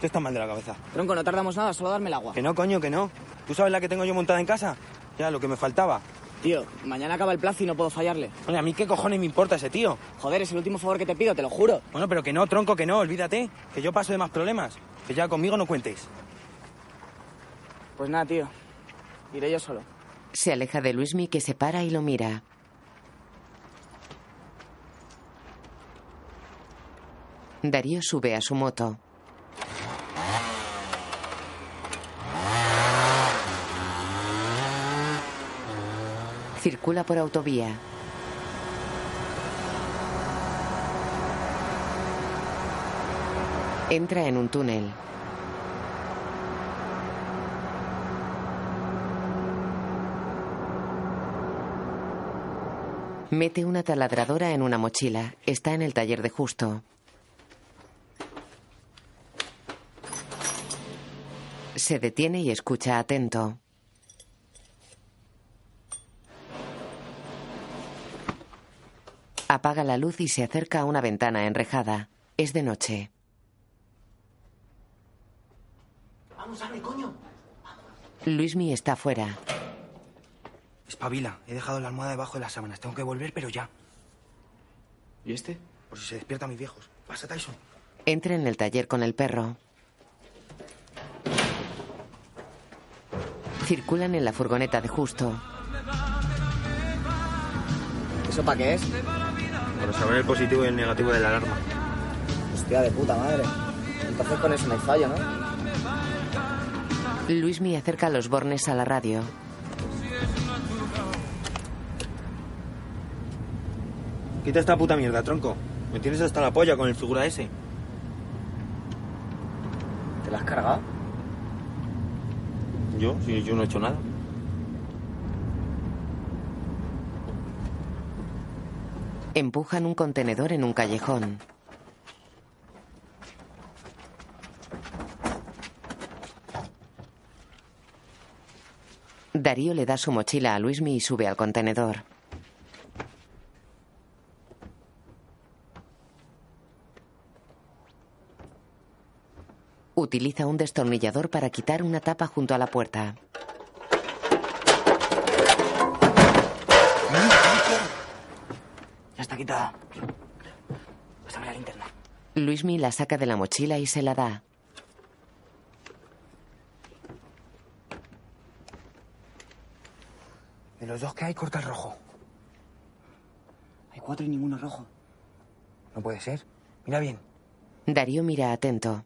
Speaker 6: Tú estás mal de la cabeza.
Speaker 3: Tronco, no tardamos nada, solo darme el agua.
Speaker 6: Que no, coño, que no. ¿Tú sabes la que tengo yo montada en casa? Ya, lo que me faltaba.
Speaker 3: Tío, mañana acaba el plazo y no puedo fallarle.
Speaker 22: Oye, ¿a mí qué cojones me importa ese tío?
Speaker 3: Joder, es el último favor que te pido, te lo juro.
Speaker 22: Bueno, pero que no, tronco, que no, olvídate. Que yo paso de más problemas. Que ya conmigo no cuentes.
Speaker 3: Pues nada, tío. Iré yo solo.
Speaker 2: Se aleja de Luismi que se para y lo mira. Darío sube a su moto. Circula por autovía. Entra en un túnel. Mete una taladradora en una mochila. Está en el taller de Justo. Se detiene y escucha atento. Apaga la luz y se acerca a una ventana enrejada. Es de noche.
Speaker 6: Vamos, abre, coño.
Speaker 2: Luismi está fuera.
Speaker 6: Espabila, he dejado la almohada debajo de las sábanas. Tengo que volver, pero ya.
Speaker 4: ¿Y este?
Speaker 6: Por si se despiertan mis viejos. Pasa, Tyson.
Speaker 2: Entra en el taller con el perro. Circulan en la furgoneta de Justo.
Speaker 3: ¿Eso para qué es?
Speaker 22: Para saber el positivo y el negativo de la alarma.
Speaker 3: Hostia, de puta madre. Entonces con eso no hay fallo, ¿no?
Speaker 2: Luismi acerca los bornes a la radio.
Speaker 22: Quita esta puta mierda, tronco. Me tienes hasta la polla con el figura ese.
Speaker 3: ¿Te la has cargado?
Speaker 22: Yo, sí, yo no he hecho nada.
Speaker 2: Empujan un contenedor en un callejón. Darío le da su mochila a Luismi y sube al contenedor. Utiliza un destornillador para quitar una tapa junto a la puerta.
Speaker 3: Ya está quitada. Pásame la linterna.
Speaker 2: Luismi la saca de la mochila y se la da.
Speaker 6: De los dos que hay, corta el rojo.
Speaker 3: Hay cuatro y ninguno rojo.
Speaker 6: No puede ser. Mira bien.
Speaker 2: Darío mira atento.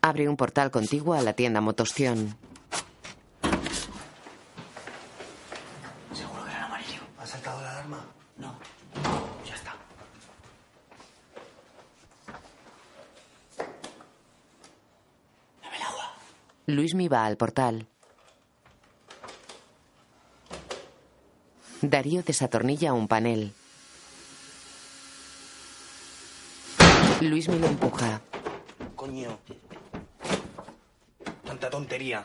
Speaker 2: Abre un portal contiguo a la tienda Motosción.
Speaker 3: Seguro que era el amarillo.
Speaker 6: ¿Ha saltado la alarma?
Speaker 3: No.
Speaker 6: Ya está.
Speaker 3: Dame el agua.
Speaker 2: Luismi va al portal. Darío desatornilla un panel. Luismi lo empuja.
Speaker 6: Coño. Tanta tontería.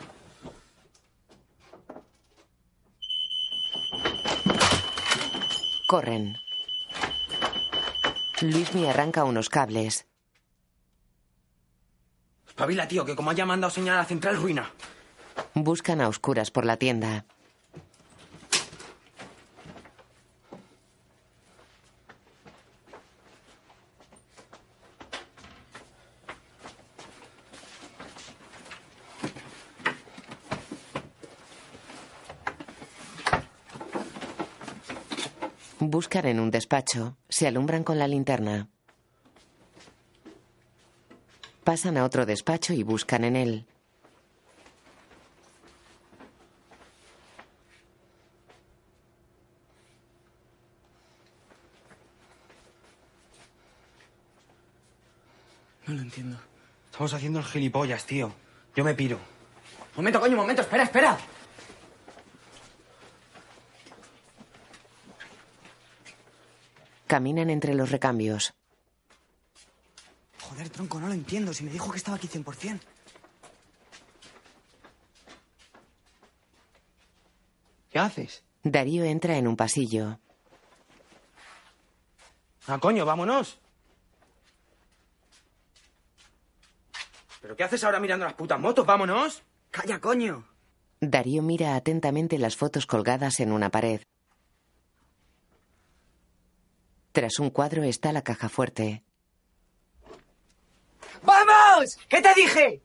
Speaker 2: Corren. Luismi arranca unos cables.
Speaker 6: Espabila, tío, que como haya mandado señal a la central, ruina.
Speaker 2: Buscan a oscuras por la tienda. Buscan en un despacho. Se alumbran con la linterna. Pasan a otro despacho y buscan en él.
Speaker 6: No lo entiendo. Estamos haciendo el gilipollas, tío. Yo me piro.
Speaker 3: Momento, coño, momento. Espera, espera.
Speaker 2: Caminan entre los recambios.
Speaker 6: Joder, tronco, no lo entiendo. Si me dijo que estaba aquí 100%. ¿Qué haces?
Speaker 2: Darío entra en un pasillo.
Speaker 6: Ah, coño, vámonos. ¿Pero qué haces ahora mirando las putas motos? ¡Vámonos!
Speaker 3: Calla, coño.
Speaker 2: Darío mira atentamente las fotos colgadas en una pared. Tras un cuadro está la caja fuerte.
Speaker 7: ¡Vamos! ¿Qué te dije?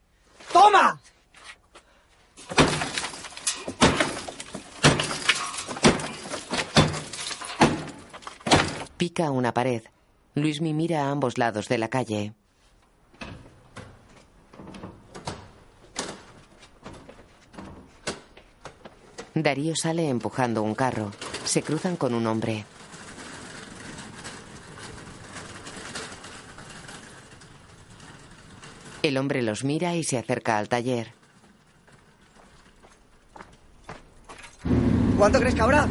Speaker 7: ¡Toma!
Speaker 2: Pica una pared. Luismi mira a ambos lados de la calle. Darío sale empujando un carro. Se cruzan con un hombre. El hombre los mira y se acerca al taller.
Speaker 3: ¿Cuánto crees que habrá?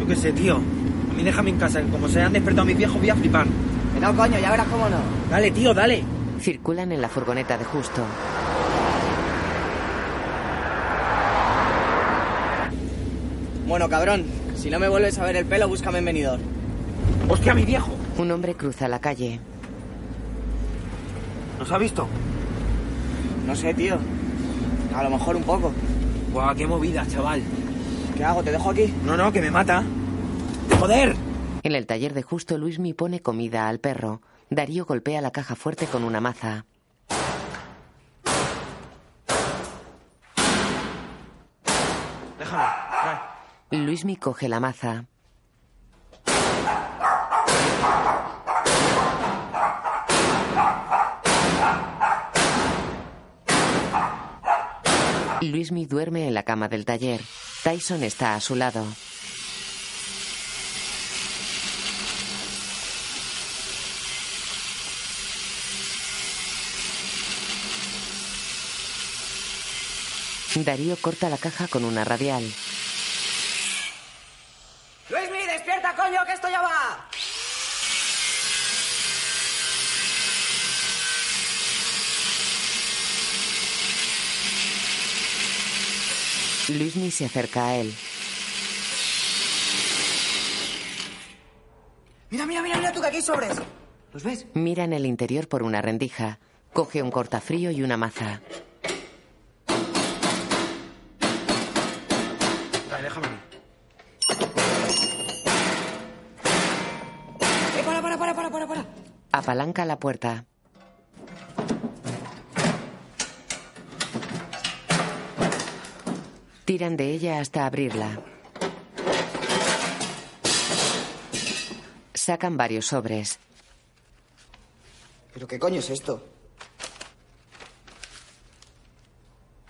Speaker 6: Yo qué sé, tío. A mí déjame en casa, que como se han despertado mis viejos voy a flipar.
Speaker 3: Que no, coño, ya verás cómo no.
Speaker 6: Dale, tío, dale.
Speaker 2: Circulan en la furgoneta de Justo.
Speaker 3: Bueno, cabrón, si no me vuelves a ver el pelo, búscame en venidor.
Speaker 6: ¡Hostia, mi viejo!
Speaker 2: Un hombre cruza la calle.
Speaker 6: ¿Nos ha visto?
Speaker 3: No sé, tío. A lo mejor un poco.
Speaker 6: Buah, qué movida, chaval.
Speaker 3: ¿Qué hago? ¿Te dejo aquí?
Speaker 6: No, no, que me mata. ¡Joder!
Speaker 2: En el taller de Justo, Luismi pone comida al perro. Darío golpea la caja fuerte con una maza.
Speaker 6: Déjame. trae.
Speaker 2: Luismi coge la maza. Luismi duerme en la cama del taller. Tyson está a su lado. Darío corta la caja con una radial.
Speaker 7: ¡Luismi, despierta, coño, que esto ya va!
Speaker 2: Luismi se acerca a él.
Speaker 7: Mira, mira, mira, mira tú que aquí hay sobres. ¿Los ves?
Speaker 2: Mira en el interior por una rendija. Coge un cortafrío y una maza.
Speaker 6: Dale, déjame. a mí.
Speaker 7: ¡Eh, para, para, para, para, para, para!
Speaker 2: Apalanca la puerta. Tiran de ella hasta abrirla. Sacan varios sobres.
Speaker 3: ¿Pero qué coño es esto?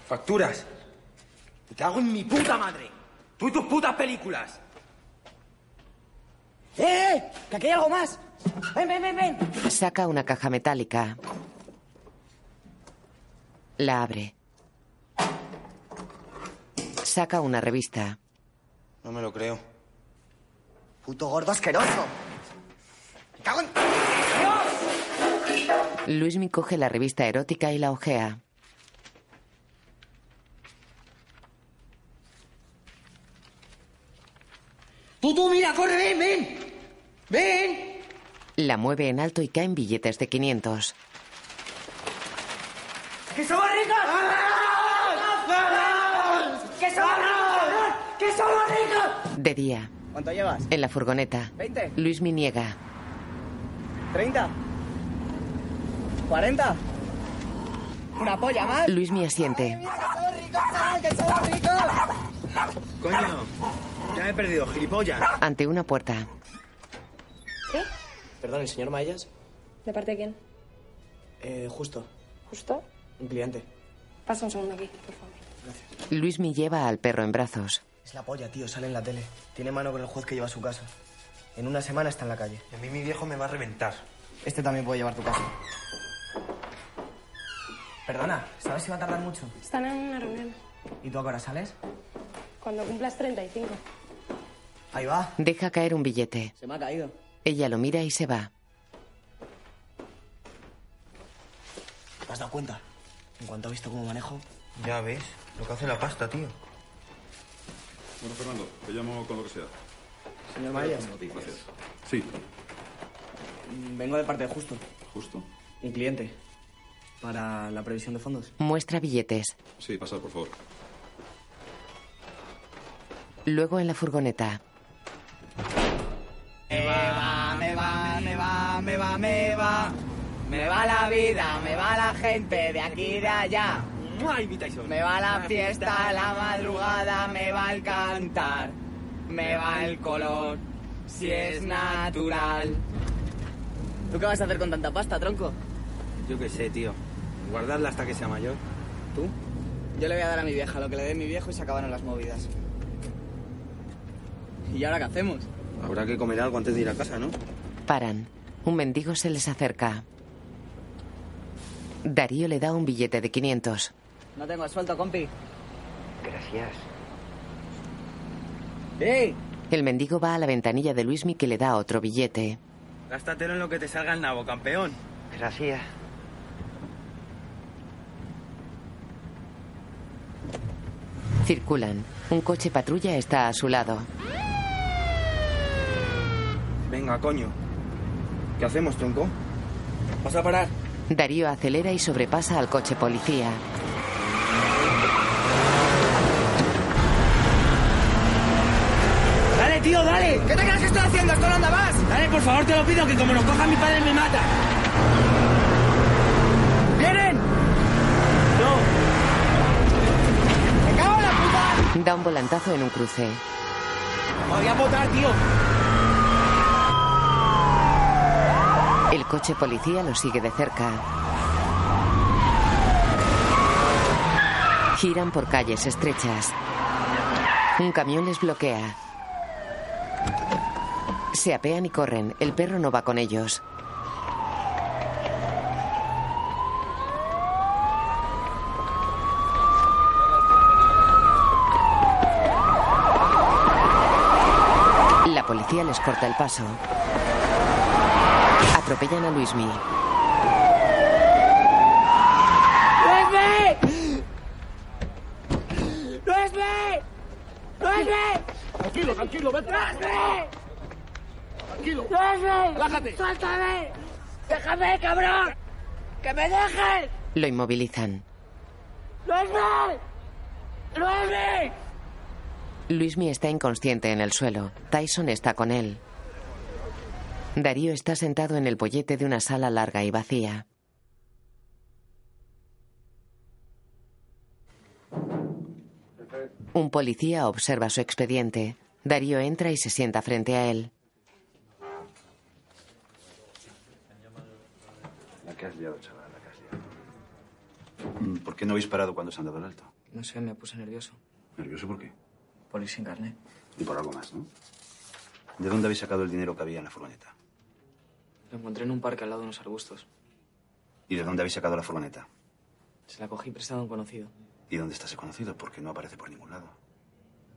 Speaker 6: Facturas. Te cago en mi puta madre. Tú y tus putas películas.
Speaker 7: ¡Eh, eh! ¡Que aquí hay algo más! ¡Ven, ven, ven, ven!
Speaker 2: Saca una caja metálica. La abre. Saca una revista.
Speaker 22: No me lo creo.
Speaker 3: ¡Puto gordo asqueroso! ¡Me cago en...
Speaker 2: Luismi coge la revista erótica y la ojea.
Speaker 7: ¡Tú, tú, mira, corre, ven, ven! ¡Ven!
Speaker 2: La mueve en alto y caen billetes de 500.
Speaker 7: ¡Que somos ricos! ¡Que somos ricos! ¡Que somos ricos!
Speaker 2: De día.
Speaker 3: ¿Cuánto llevas?
Speaker 2: En la furgoneta.
Speaker 3: ¿Veinte?
Speaker 2: Luismi niega.
Speaker 3: ¿Treinta? ¿Cuarenta? ¿Una polla más?
Speaker 2: Luismi asiente.
Speaker 7: ¡Que somos ricos!
Speaker 6: Coño, ya me he perdido, gilipollas.
Speaker 2: Ante una puerta.
Speaker 3: Perdón, ¿el señor Mayas?
Speaker 33: ¿De parte de quién?
Speaker 3: Eh, justo.
Speaker 33: ¿Justo?
Speaker 3: Un cliente.
Speaker 33: Pasa un segundo aquí, por favor.
Speaker 2: Luismi lleva al perro en brazos.
Speaker 3: Es la polla, tío. Sale en la tele. Tiene mano con el juez que lleva a su casa. En una semana está en la calle.
Speaker 22: Y a mí mi viejo me va a reventar.
Speaker 3: Este también puede llevar tu casa. Perdona, ¿sabes si va a tardar mucho?
Speaker 33: Están en una reunión.
Speaker 3: ¿Y tú ahora sales?
Speaker 33: Cuando cumplas 35.
Speaker 3: Ahí va.
Speaker 2: Deja caer un billete.
Speaker 3: Se me ha caído.
Speaker 2: Ella lo mira y se va.
Speaker 3: ¿Te has dado cuenta? En cuanto ha visto cómo manejo.
Speaker 22: Ya ves, lo que hace la pasta, tío.
Speaker 34: Bueno, Fernando, te llamo con lo que sea.
Speaker 3: Señor Mayas.
Speaker 34: Gracias. Sí,
Speaker 3: mm, Vengo de parte de Justo.
Speaker 34: justo.
Speaker 3: Un cliente. Para la previsión de fondos.
Speaker 2: Muestra billetes.
Speaker 34: Sí, pasad, por favor.
Speaker 2: Luego en la furgoneta.
Speaker 10: Me va, me va, me va, me va. Me va la vida, me va la gente de aquí y de allá. Me va la fiesta, la madrugada, me va el cantar. Me va el color, si es natural.
Speaker 3: ¿Tú qué vas a hacer con tanta pasta, tronco?
Speaker 22: Yo qué sé, tío. Guardadla hasta que sea mayor.
Speaker 3: ¿Tú? Yo le voy a dar a mi vieja lo que le dé mi viejo y se acabaron las movidas. ¿Y ahora qué hacemos?
Speaker 22: Habrá que comer algo antes de ir a casa, ¿no?
Speaker 2: Paran. Un mendigo se les acerca. Darío le da un billete de 500.
Speaker 3: No tengo suelto, compi.
Speaker 6: Gracias.
Speaker 3: ¡Ey!
Speaker 2: El mendigo va a la ventanilla de Luismi que le da otro billete.
Speaker 6: Gástatelo en lo que te salga el nabo, campeón. Gracias.
Speaker 2: Circulan. Un coche patrulla está a su lado.
Speaker 22: Venga, coño. ¿Qué hacemos, tronco? ¿Vas a parar?
Speaker 2: Darío acelera y sobrepasa al coche policía.
Speaker 7: ¡Dale, tío, dale! ¿Qué te crees que estoy haciendo? ¡Esto no anda más! Dale, por favor, te lo pido, que como nos cojan mi padre me mata. ¡Vienen! ¡No! ¡Me cago en la puta!
Speaker 2: Da un volantazo en un cruce.
Speaker 7: Podía votar, tío.
Speaker 2: El coche policía lo sigue de cerca. Giran por calles estrechas. Un camión les bloquea. Se apean y corren. El perro no va con ellos. La policía les corta el paso. Atropellan a Luismi.
Speaker 7: ¡Luismi! ¡Luismi! ¡Luismi!
Speaker 18: Tranquilo, tranquilo, vete.
Speaker 7: ¡Luismi!
Speaker 18: Tranquilo.
Speaker 7: ¡Luismi!
Speaker 18: Bájate.
Speaker 7: ¡Suéltame! ¡Déjame, cabrón! ¡Que me dejes!
Speaker 2: Lo inmovilizan.
Speaker 7: ¡Luismi! ¡Luismi!
Speaker 2: Luismi está inconsciente en el suelo. Tyson está con él. Darío está sentado en el bollete de una sala larga y vacía. Un policía observa su expediente. Darío entra y se sienta frente a él.
Speaker 23: La que has liado, chaval, la que has liado. Mm, ¿Por qué no habéis parado cuando se han dado el alto?
Speaker 3: No sé, me puse nervioso.
Speaker 23: ¿Nervioso por qué?
Speaker 3: Por ir sin carnet.
Speaker 23: Y por algo más, ¿no? ¿De dónde habéis sacado el dinero que había en la furgoneta?
Speaker 3: Lo encontré en un parque al lado de unos arbustos.
Speaker 23: ¿Y de dónde habéis sacado la furgoneta?
Speaker 3: Se la cogí prestada a un conocido.
Speaker 23: ¿Y dónde está ese conocido? Porque no aparece por ningún lado.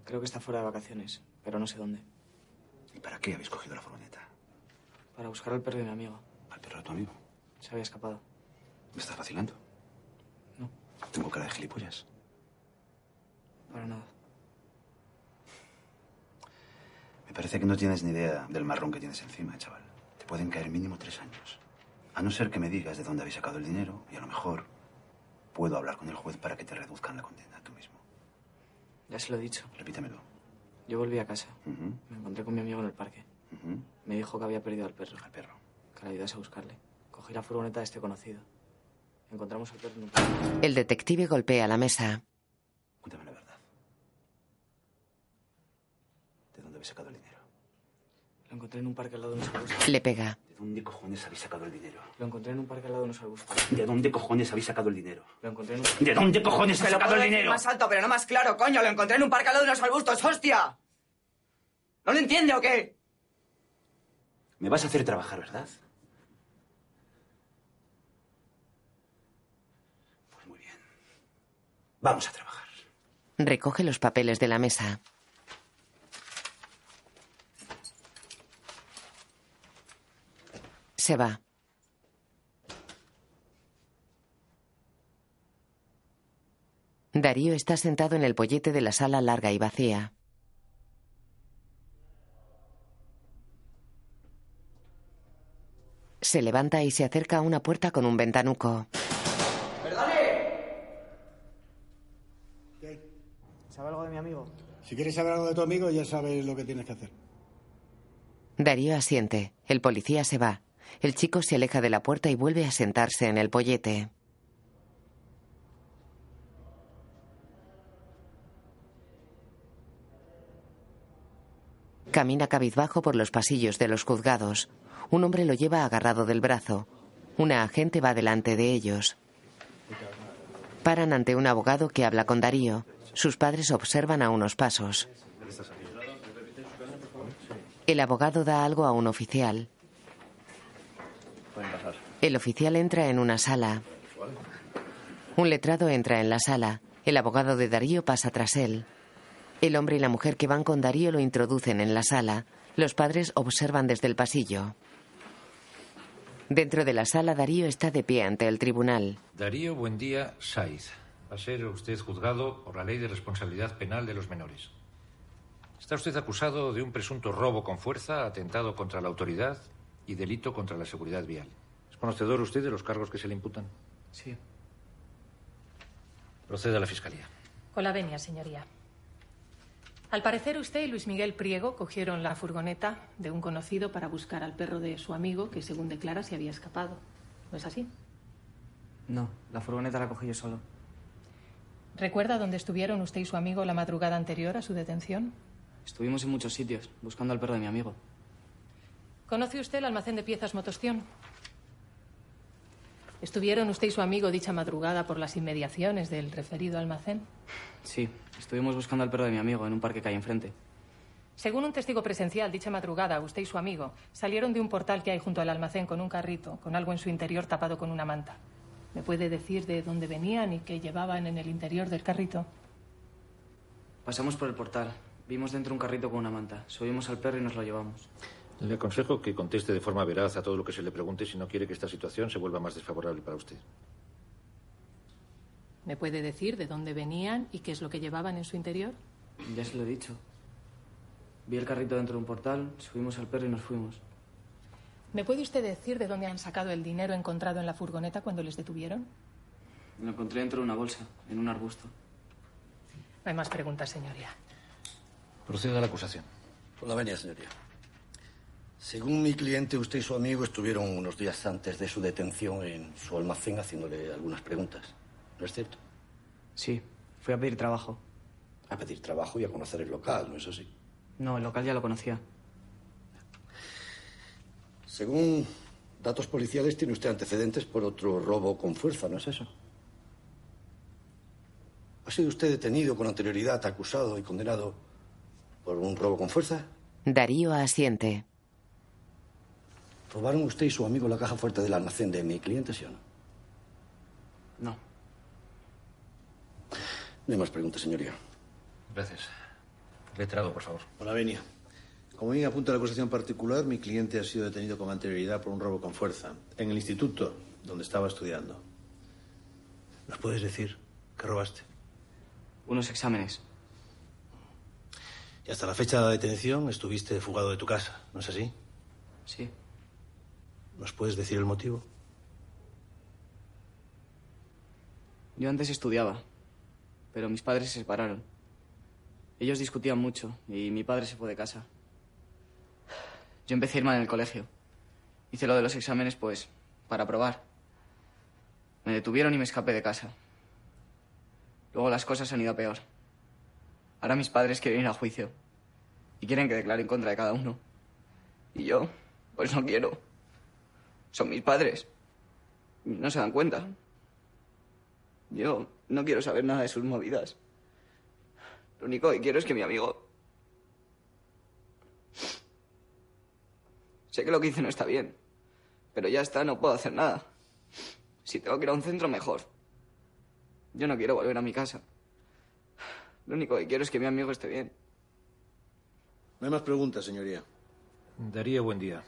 Speaker 3: Creo que está fuera de vacaciones, pero no sé dónde.
Speaker 23: ¿Y para qué habéis cogido la furgoneta?
Speaker 3: Para buscar al perro de mi amigo.
Speaker 23: ¿Al perro de tu amigo?
Speaker 3: Se había escapado.
Speaker 23: ¿Me estás vacilando?
Speaker 3: No.
Speaker 23: Tengo cara de gilipollas.
Speaker 3: Para nada.
Speaker 23: Me parece que no tienes ni idea Ah, del marrón que tienes encima, chaval. Te pueden caer mínimo tres años. A no ser que me digas de dónde habéis sacado el dinero, y a lo mejor puedo hablar con el juez para que te reduzcan la condena tú mismo.
Speaker 3: Ya se lo he dicho.
Speaker 23: Repítemelo.
Speaker 3: Yo volví a casa.
Speaker 23: Ujú,
Speaker 3: Me encontré con mi amigo en el parque.
Speaker 23: ujú.
Speaker 3: Me dijo que había perdido al perro.
Speaker 23: Al perro.
Speaker 3: Que le ayudase a buscarle. Cogí la furgoneta de este conocido. Encontramos al perro en un parque.
Speaker 2: El detective golpea la mesa.
Speaker 23: Cuéntame la verdad. ¿De dónde habéis sacado el dinero?
Speaker 3: Lo encontré en un parque al lado de unos arbustos.
Speaker 2: Le pega.
Speaker 23: ¿De dónde cojones habéis sacado el dinero?
Speaker 3: Lo encontré en un parque al lado de unos arbustos.
Speaker 23: ¿De dónde cojones habéis sacado el dinero?
Speaker 3: Lo encontré en
Speaker 23: ¿De dónde cojones
Speaker 3: Se
Speaker 23: habéis
Speaker 3: lo
Speaker 23: sacado
Speaker 3: puedo
Speaker 23: el
Speaker 3: decir
Speaker 23: dinero?
Speaker 3: más alto, pero no más claro, coño. Lo encontré en un parque al lado de unos arbustos, hostia. ¿No lo entiende o qué?
Speaker 23: Me vas a hacer trabajar, ¿verdad? Pues muy bien. Vamos a trabajar.
Speaker 2: Recoge los papeles de la mesa. Se va. Darío está sentado en el pollete de la sala larga y vacía. Se levanta y se acerca a una puerta con un ventanuco.
Speaker 3: ¿Sabe algo de mi amigo?
Speaker 35: Si quieres saber algo de tu amigo, ya sabes lo que tienes que hacer.
Speaker 2: Darío asiente. El policía se va. El chico se aleja de la puerta y vuelve a sentarse en el pollete. Camina cabizbajo por los pasillos de los juzgados. Un hombre lo lleva agarrado del brazo. Una agente va delante de ellos. Paran ante un abogado que habla con Darío. Sus padres observan a unos pasos. El abogado da algo a un oficial.
Speaker 3: Pueden pasar.
Speaker 2: El oficial entra en una sala. Un letrado entra en la sala. El abogado de Darío pasa tras él. El hombre y la mujer que van con Darío lo introducen en la sala. Los padres observan desde el pasillo. Dentro de la sala, Darío está de pie ante el tribunal.
Speaker 9: Darío Buendía Saiz. Va a ser usted juzgado por la Ley de Responsabilidad Penal de los Menores. Está usted acusado de un presunto robo con fuerza, atentado contra la autoridad y delito contra la seguridad vial. ¿Es conocedor usted de los cargos que se le imputan?
Speaker 3: Sí.
Speaker 9: Proceda a la Fiscalía.
Speaker 24: Con la venia, señoría. Al parecer, usted y Luis Miguel Priego cogieron la furgoneta de un conocido para buscar al perro de su amigo que, según declara, se había escapado. ¿No es así?
Speaker 3: No, la furgoneta la cogí yo solo.
Speaker 24: ¿Recuerda dónde estuvieron usted y su amigo la madrugada anterior a su detención?
Speaker 3: Estuvimos en muchos sitios, buscando al perro de mi amigo.
Speaker 24: ¿Conoce usted el almacén de piezas Motosción? ¿Estuvieron usted y su amigo dicha madrugada por las inmediaciones del referido almacén?
Speaker 3: Sí, estuvimos buscando al perro de mi amigo en un parque que hay enfrente.
Speaker 24: Según un testigo presencial, dicha madrugada, usted y su amigo salieron de un portal que hay junto al almacén con un carrito, con algo en su interior tapado con una manta. ¿Me puede decir de dónde venían y qué llevaban en el interior del carrito?
Speaker 3: Pasamos por el portal, vimos dentro un carrito con una manta, subimos al perro y nos lo llevamos.
Speaker 9: Le aconsejo que conteste de forma veraz a todo lo que se le pregunte si no quiere que esta situación se vuelva más desfavorable para usted.
Speaker 24: ¿Me puede decir de dónde venían y qué es lo que llevaban en su interior?
Speaker 3: Ya se lo he dicho. Vi el carrito dentro de un portal, subimos al perro y nos fuimos.
Speaker 24: ¿Me puede usted decir de dónde han sacado el dinero encontrado en la furgoneta cuando les detuvieron?
Speaker 3: Lo encontré dentro de una bolsa, en un arbusto.
Speaker 24: No hay más preguntas, señoría.
Speaker 9: Proceda a la acusación.
Speaker 36: Con Pues la venia, señoría. Según mi cliente, usted y su amigo estuvieron unos días antes de su detención en su almacén haciéndole algunas preguntas. ¿No es cierto?
Speaker 3: Sí, fui a pedir trabajo.
Speaker 36: A pedir trabajo y a conocer el local, ¿no es así?
Speaker 3: No, el local ya lo conocía.
Speaker 36: Según datos policiales, tiene usted antecedentes por otro robo con fuerza, ¿no es eso? ¿Ha sido usted detenido con anterioridad, acusado y condenado por un robo con fuerza?
Speaker 2: Darío asiente.
Speaker 36: ¿Robaron usted y su amigo la caja fuerte del almacén de mi cliente, sí o no?
Speaker 3: No.
Speaker 36: No hay más preguntas, señoría.
Speaker 9: Gracias. Letrado, por favor.
Speaker 10: Hola, venia. Como bien apunta la acusación particular, mi cliente ha sido detenido con anterioridad por un robo con fuerza en el instituto donde estaba estudiando. ¿Nos puedes decir qué robaste?
Speaker 3: Unos exámenes.
Speaker 10: Y hasta la fecha de la detención estuviste fugado de tu casa, ¿no es así?
Speaker 3: Sí.
Speaker 10: ¿Nos puedes decir el motivo?
Speaker 3: Yo antes estudiaba, pero mis padres se separaron. Ellos discutían mucho y mi padre se fue de casa. Yo empecé a ir mal en el colegio. Hice lo de los exámenes, pues, para probar. Me detuvieron y me escapé de casa. Luego las cosas han ido a peor. Ahora mis padres quieren ir a juicio y quieren que declare en contra de cada uno. Y yo, pues no quiero. Son mis padres. No se dan cuenta. Yo no quiero saber nada de sus movidas. Lo único que quiero es que mi amigo... Sé que lo que hice no está bien, pero ya está, no puedo hacer nada. Si tengo que ir a un centro, mejor. Yo no quiero volver a mi casa. Lo único que quiero es que mi amigo esté bien.
Speaker 10: No hay más preguntas, señoría.
Speaker 9: Daría buen día.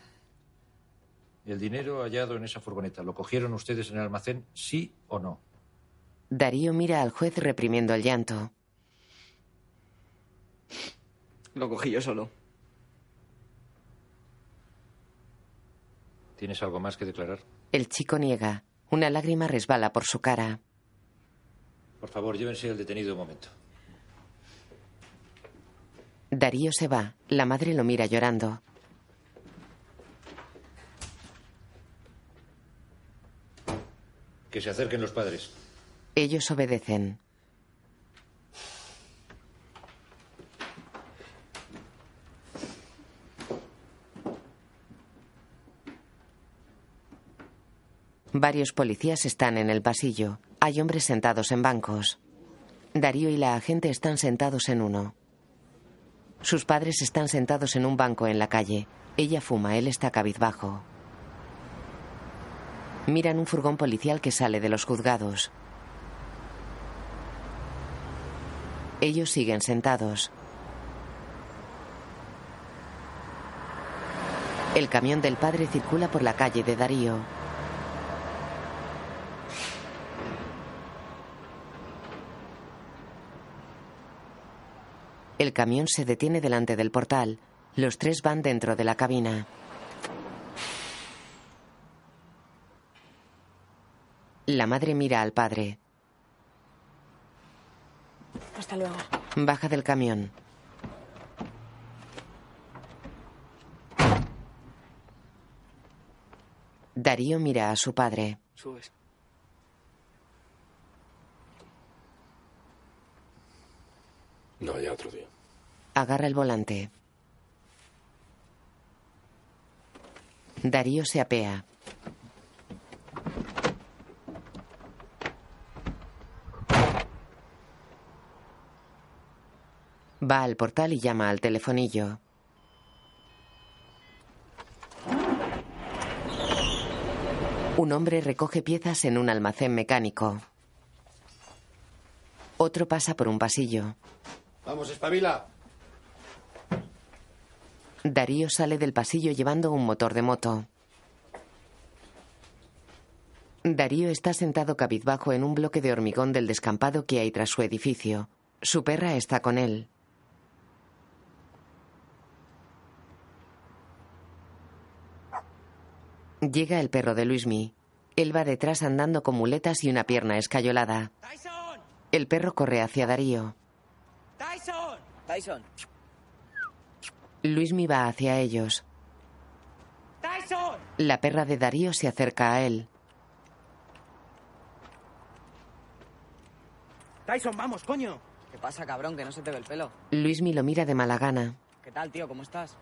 Speaker 9: El dinero hallado en esa furgoneta, ¿lo cogieron ustedes en el almacén, sí o no?
Speaker 2: Darío mira al juez reprimiendo el llanto.
Speaker 3: Lo cogí yo solo.
Speaker 9: ¿Tienes algo más que declarar?
Speaker 2: El chico niega. Una lágrima resbala por su cara.
Speaker 9: Por favor, llévense al detenido un momento.
Speaker 2: Darío se va. La madre lo mira llorando.
Speaker 9: Que se acerquen los padres.
Speaker 2: Ellos obedecen. Varios policías están en el pasillo. Hay hombres sentados en bancos. Darío y la agente están sentados en uno. Sus padres están sentados en un banco en la calle. Ella fuma, él está cabizbajo. Miran un furgón policial que sale de los juzgados. Ellos siguen sentados. El camión del padre circula por la calle de Darío. El camión se detiene delante del portal. Los tres van dentro de la cabina. La madre mira al padre.
Speaker 21: Hasta luego.
Speaker 2: Baja del camión. Darío mira a su padre.
Speaker 6: Subes.
Speaker 5: No, ya otro día.
Speaker 2: Agarra el volante. Darío se apea. Va al portal y llama al telefonillo. Un hombre recoge piezas en un almacén mecánico. Otro pasa por un pasillo.
Speaker 5: Vamos, espabila.
Speaker 2: Darío sale del pasillo llevando un motor de moto. Darío está sentado cabizbajo en un bloque de hormigón del descampado que hay tras su edificio. Su perra está con él. Llega el perro de Luismi. Él va detrás andando con muletas y una pierna escayolada. El perro corre hacia Darío.
Speaker 3: Tyson. Tyson.
Speaker 2: Luismi va hacia ellos.
Speaker 3: Tyson.
Speaker 2: La perra de Darío se acerca a él.
Speaker 3: Tyson, vamos, coño. ¿Qué pasa, cabrón? Que no se te ve el pelo.
Speaker 2: Luismi lo mira de mala gana.
Speaker 3: ¿Qué tal, tío? ¿Cómo estás?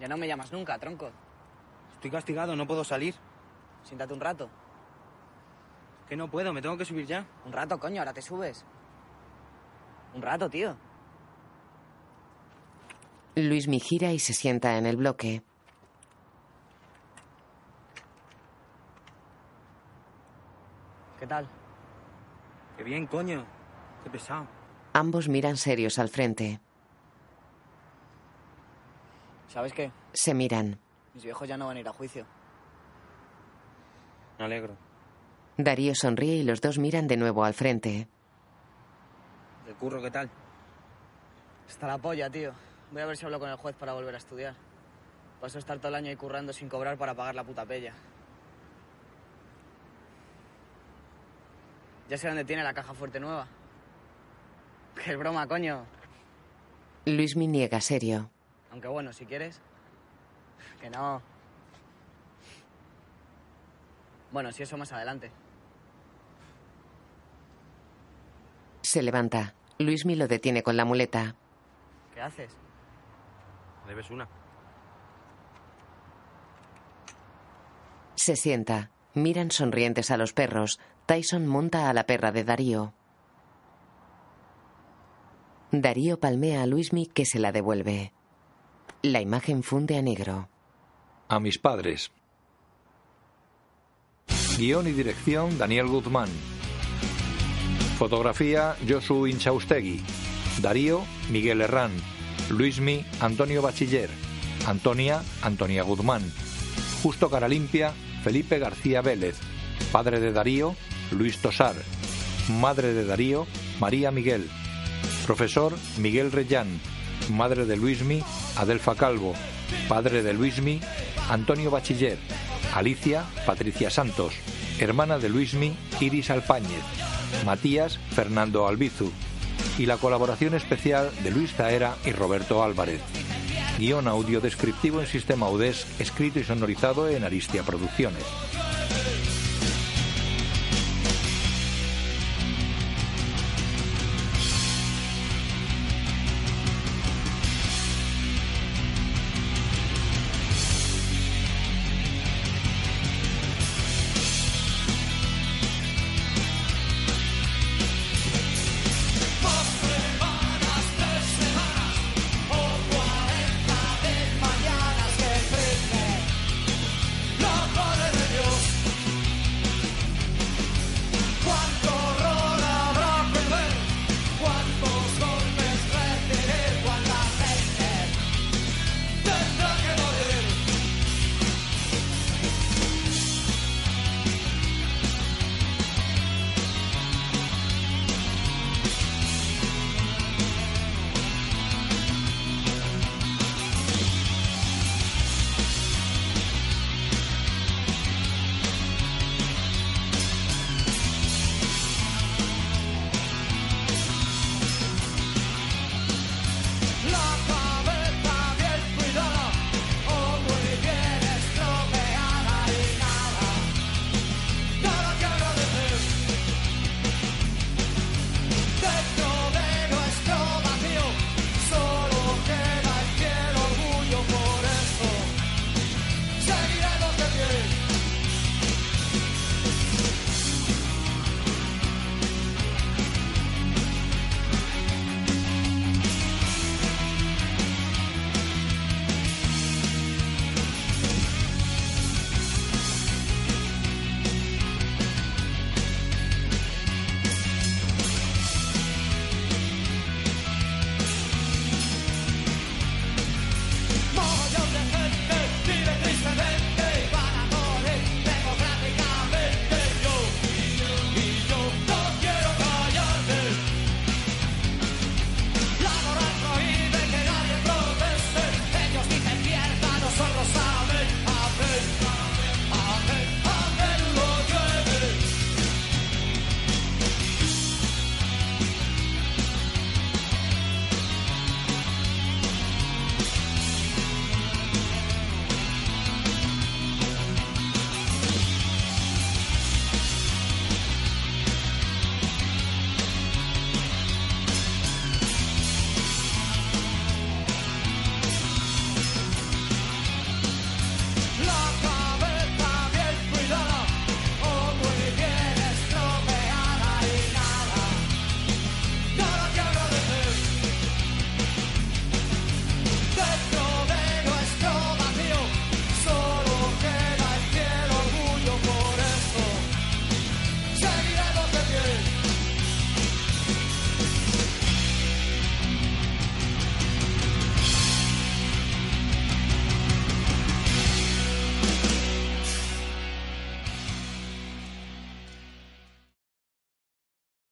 Speaker 3: Ya no me llamas nunca, tronco.
Speaker 6: Estoy castigado, no puedo salir.
Speaker 3: Siéntate un rato.
Speaker 6: Que no puedo, me tengo que subir ya.
Speaker 3: Un rato, coño, ahora te subes. Un rato, tío.
Speaker 2: Luismi gira y se sienta en el bloque.
Speaker 3: ¿Qué tal?
Speaker 6: Qué bien, coño. Qué pesado.
Speaker 2: Ambos miran serios al frente.
Speaker 3: ¿Sabes qué?
Speaker 2: Se miran.
Speaker 3: Mis viejos ya no van a ir a juicio.
Speaker 6: Me alegro.
Speaker 2: Darío sonríe y los dos miran de nuevo al frente.
Speaker 6: ¿El curro qué tal?
Speaker 3: Está la polla, tío. Voy a ver si hablo con el juez para volver a estudiar. Paso a estar todo el año ahí currando sin cobrar para pagar la puta pella. Ya sé dónde tiene la caja fuerte nueva. Que es broma, coño.
Speaker 2: Luismi niega serio.
Speaker 3: Aunque bueno, si quieres. Que no. Bueno, si eso más adelante.
Speaker 2: Se levanta. Luismi lo detiene con la muleta.
Speaker 3: ¿Qué haces?
Speaker 6: Debes una.
Speaker 2: Se sienta. Miran sonrientes a los perros. Tyson monta a la perra de Darío. Darío palmea a Luismi que se la devuelve. La imagen funde a negro.
Speaker 1: A mis padres. Guión y dirección Daniel Guzmán. Fotografía Josu Inchaustegui. Darío Miguel Herrán. Luismi Antonio Bachiller. Antonia Antonia Guzmán. Justo Cara Limpia Felipe García Vélez. Padre de Darío Luis Tosar. Madre de Darío María Miguel. Profesor Miguel Reyán. Madre de Luismi Adelfa Calvo. Padre de Luismi Antonio Bachiller. Alicia Patricia Santos. Hermana de Luismi Iris Alpáñez. Matías Fernando Albizu. y la colaboración especial de Luis Taera y Roberto Álvarez. Guión audio descriptivo en sistema UDESC, escrito y sonorizado en Aristia Producciones.
Speaker 7: Oh,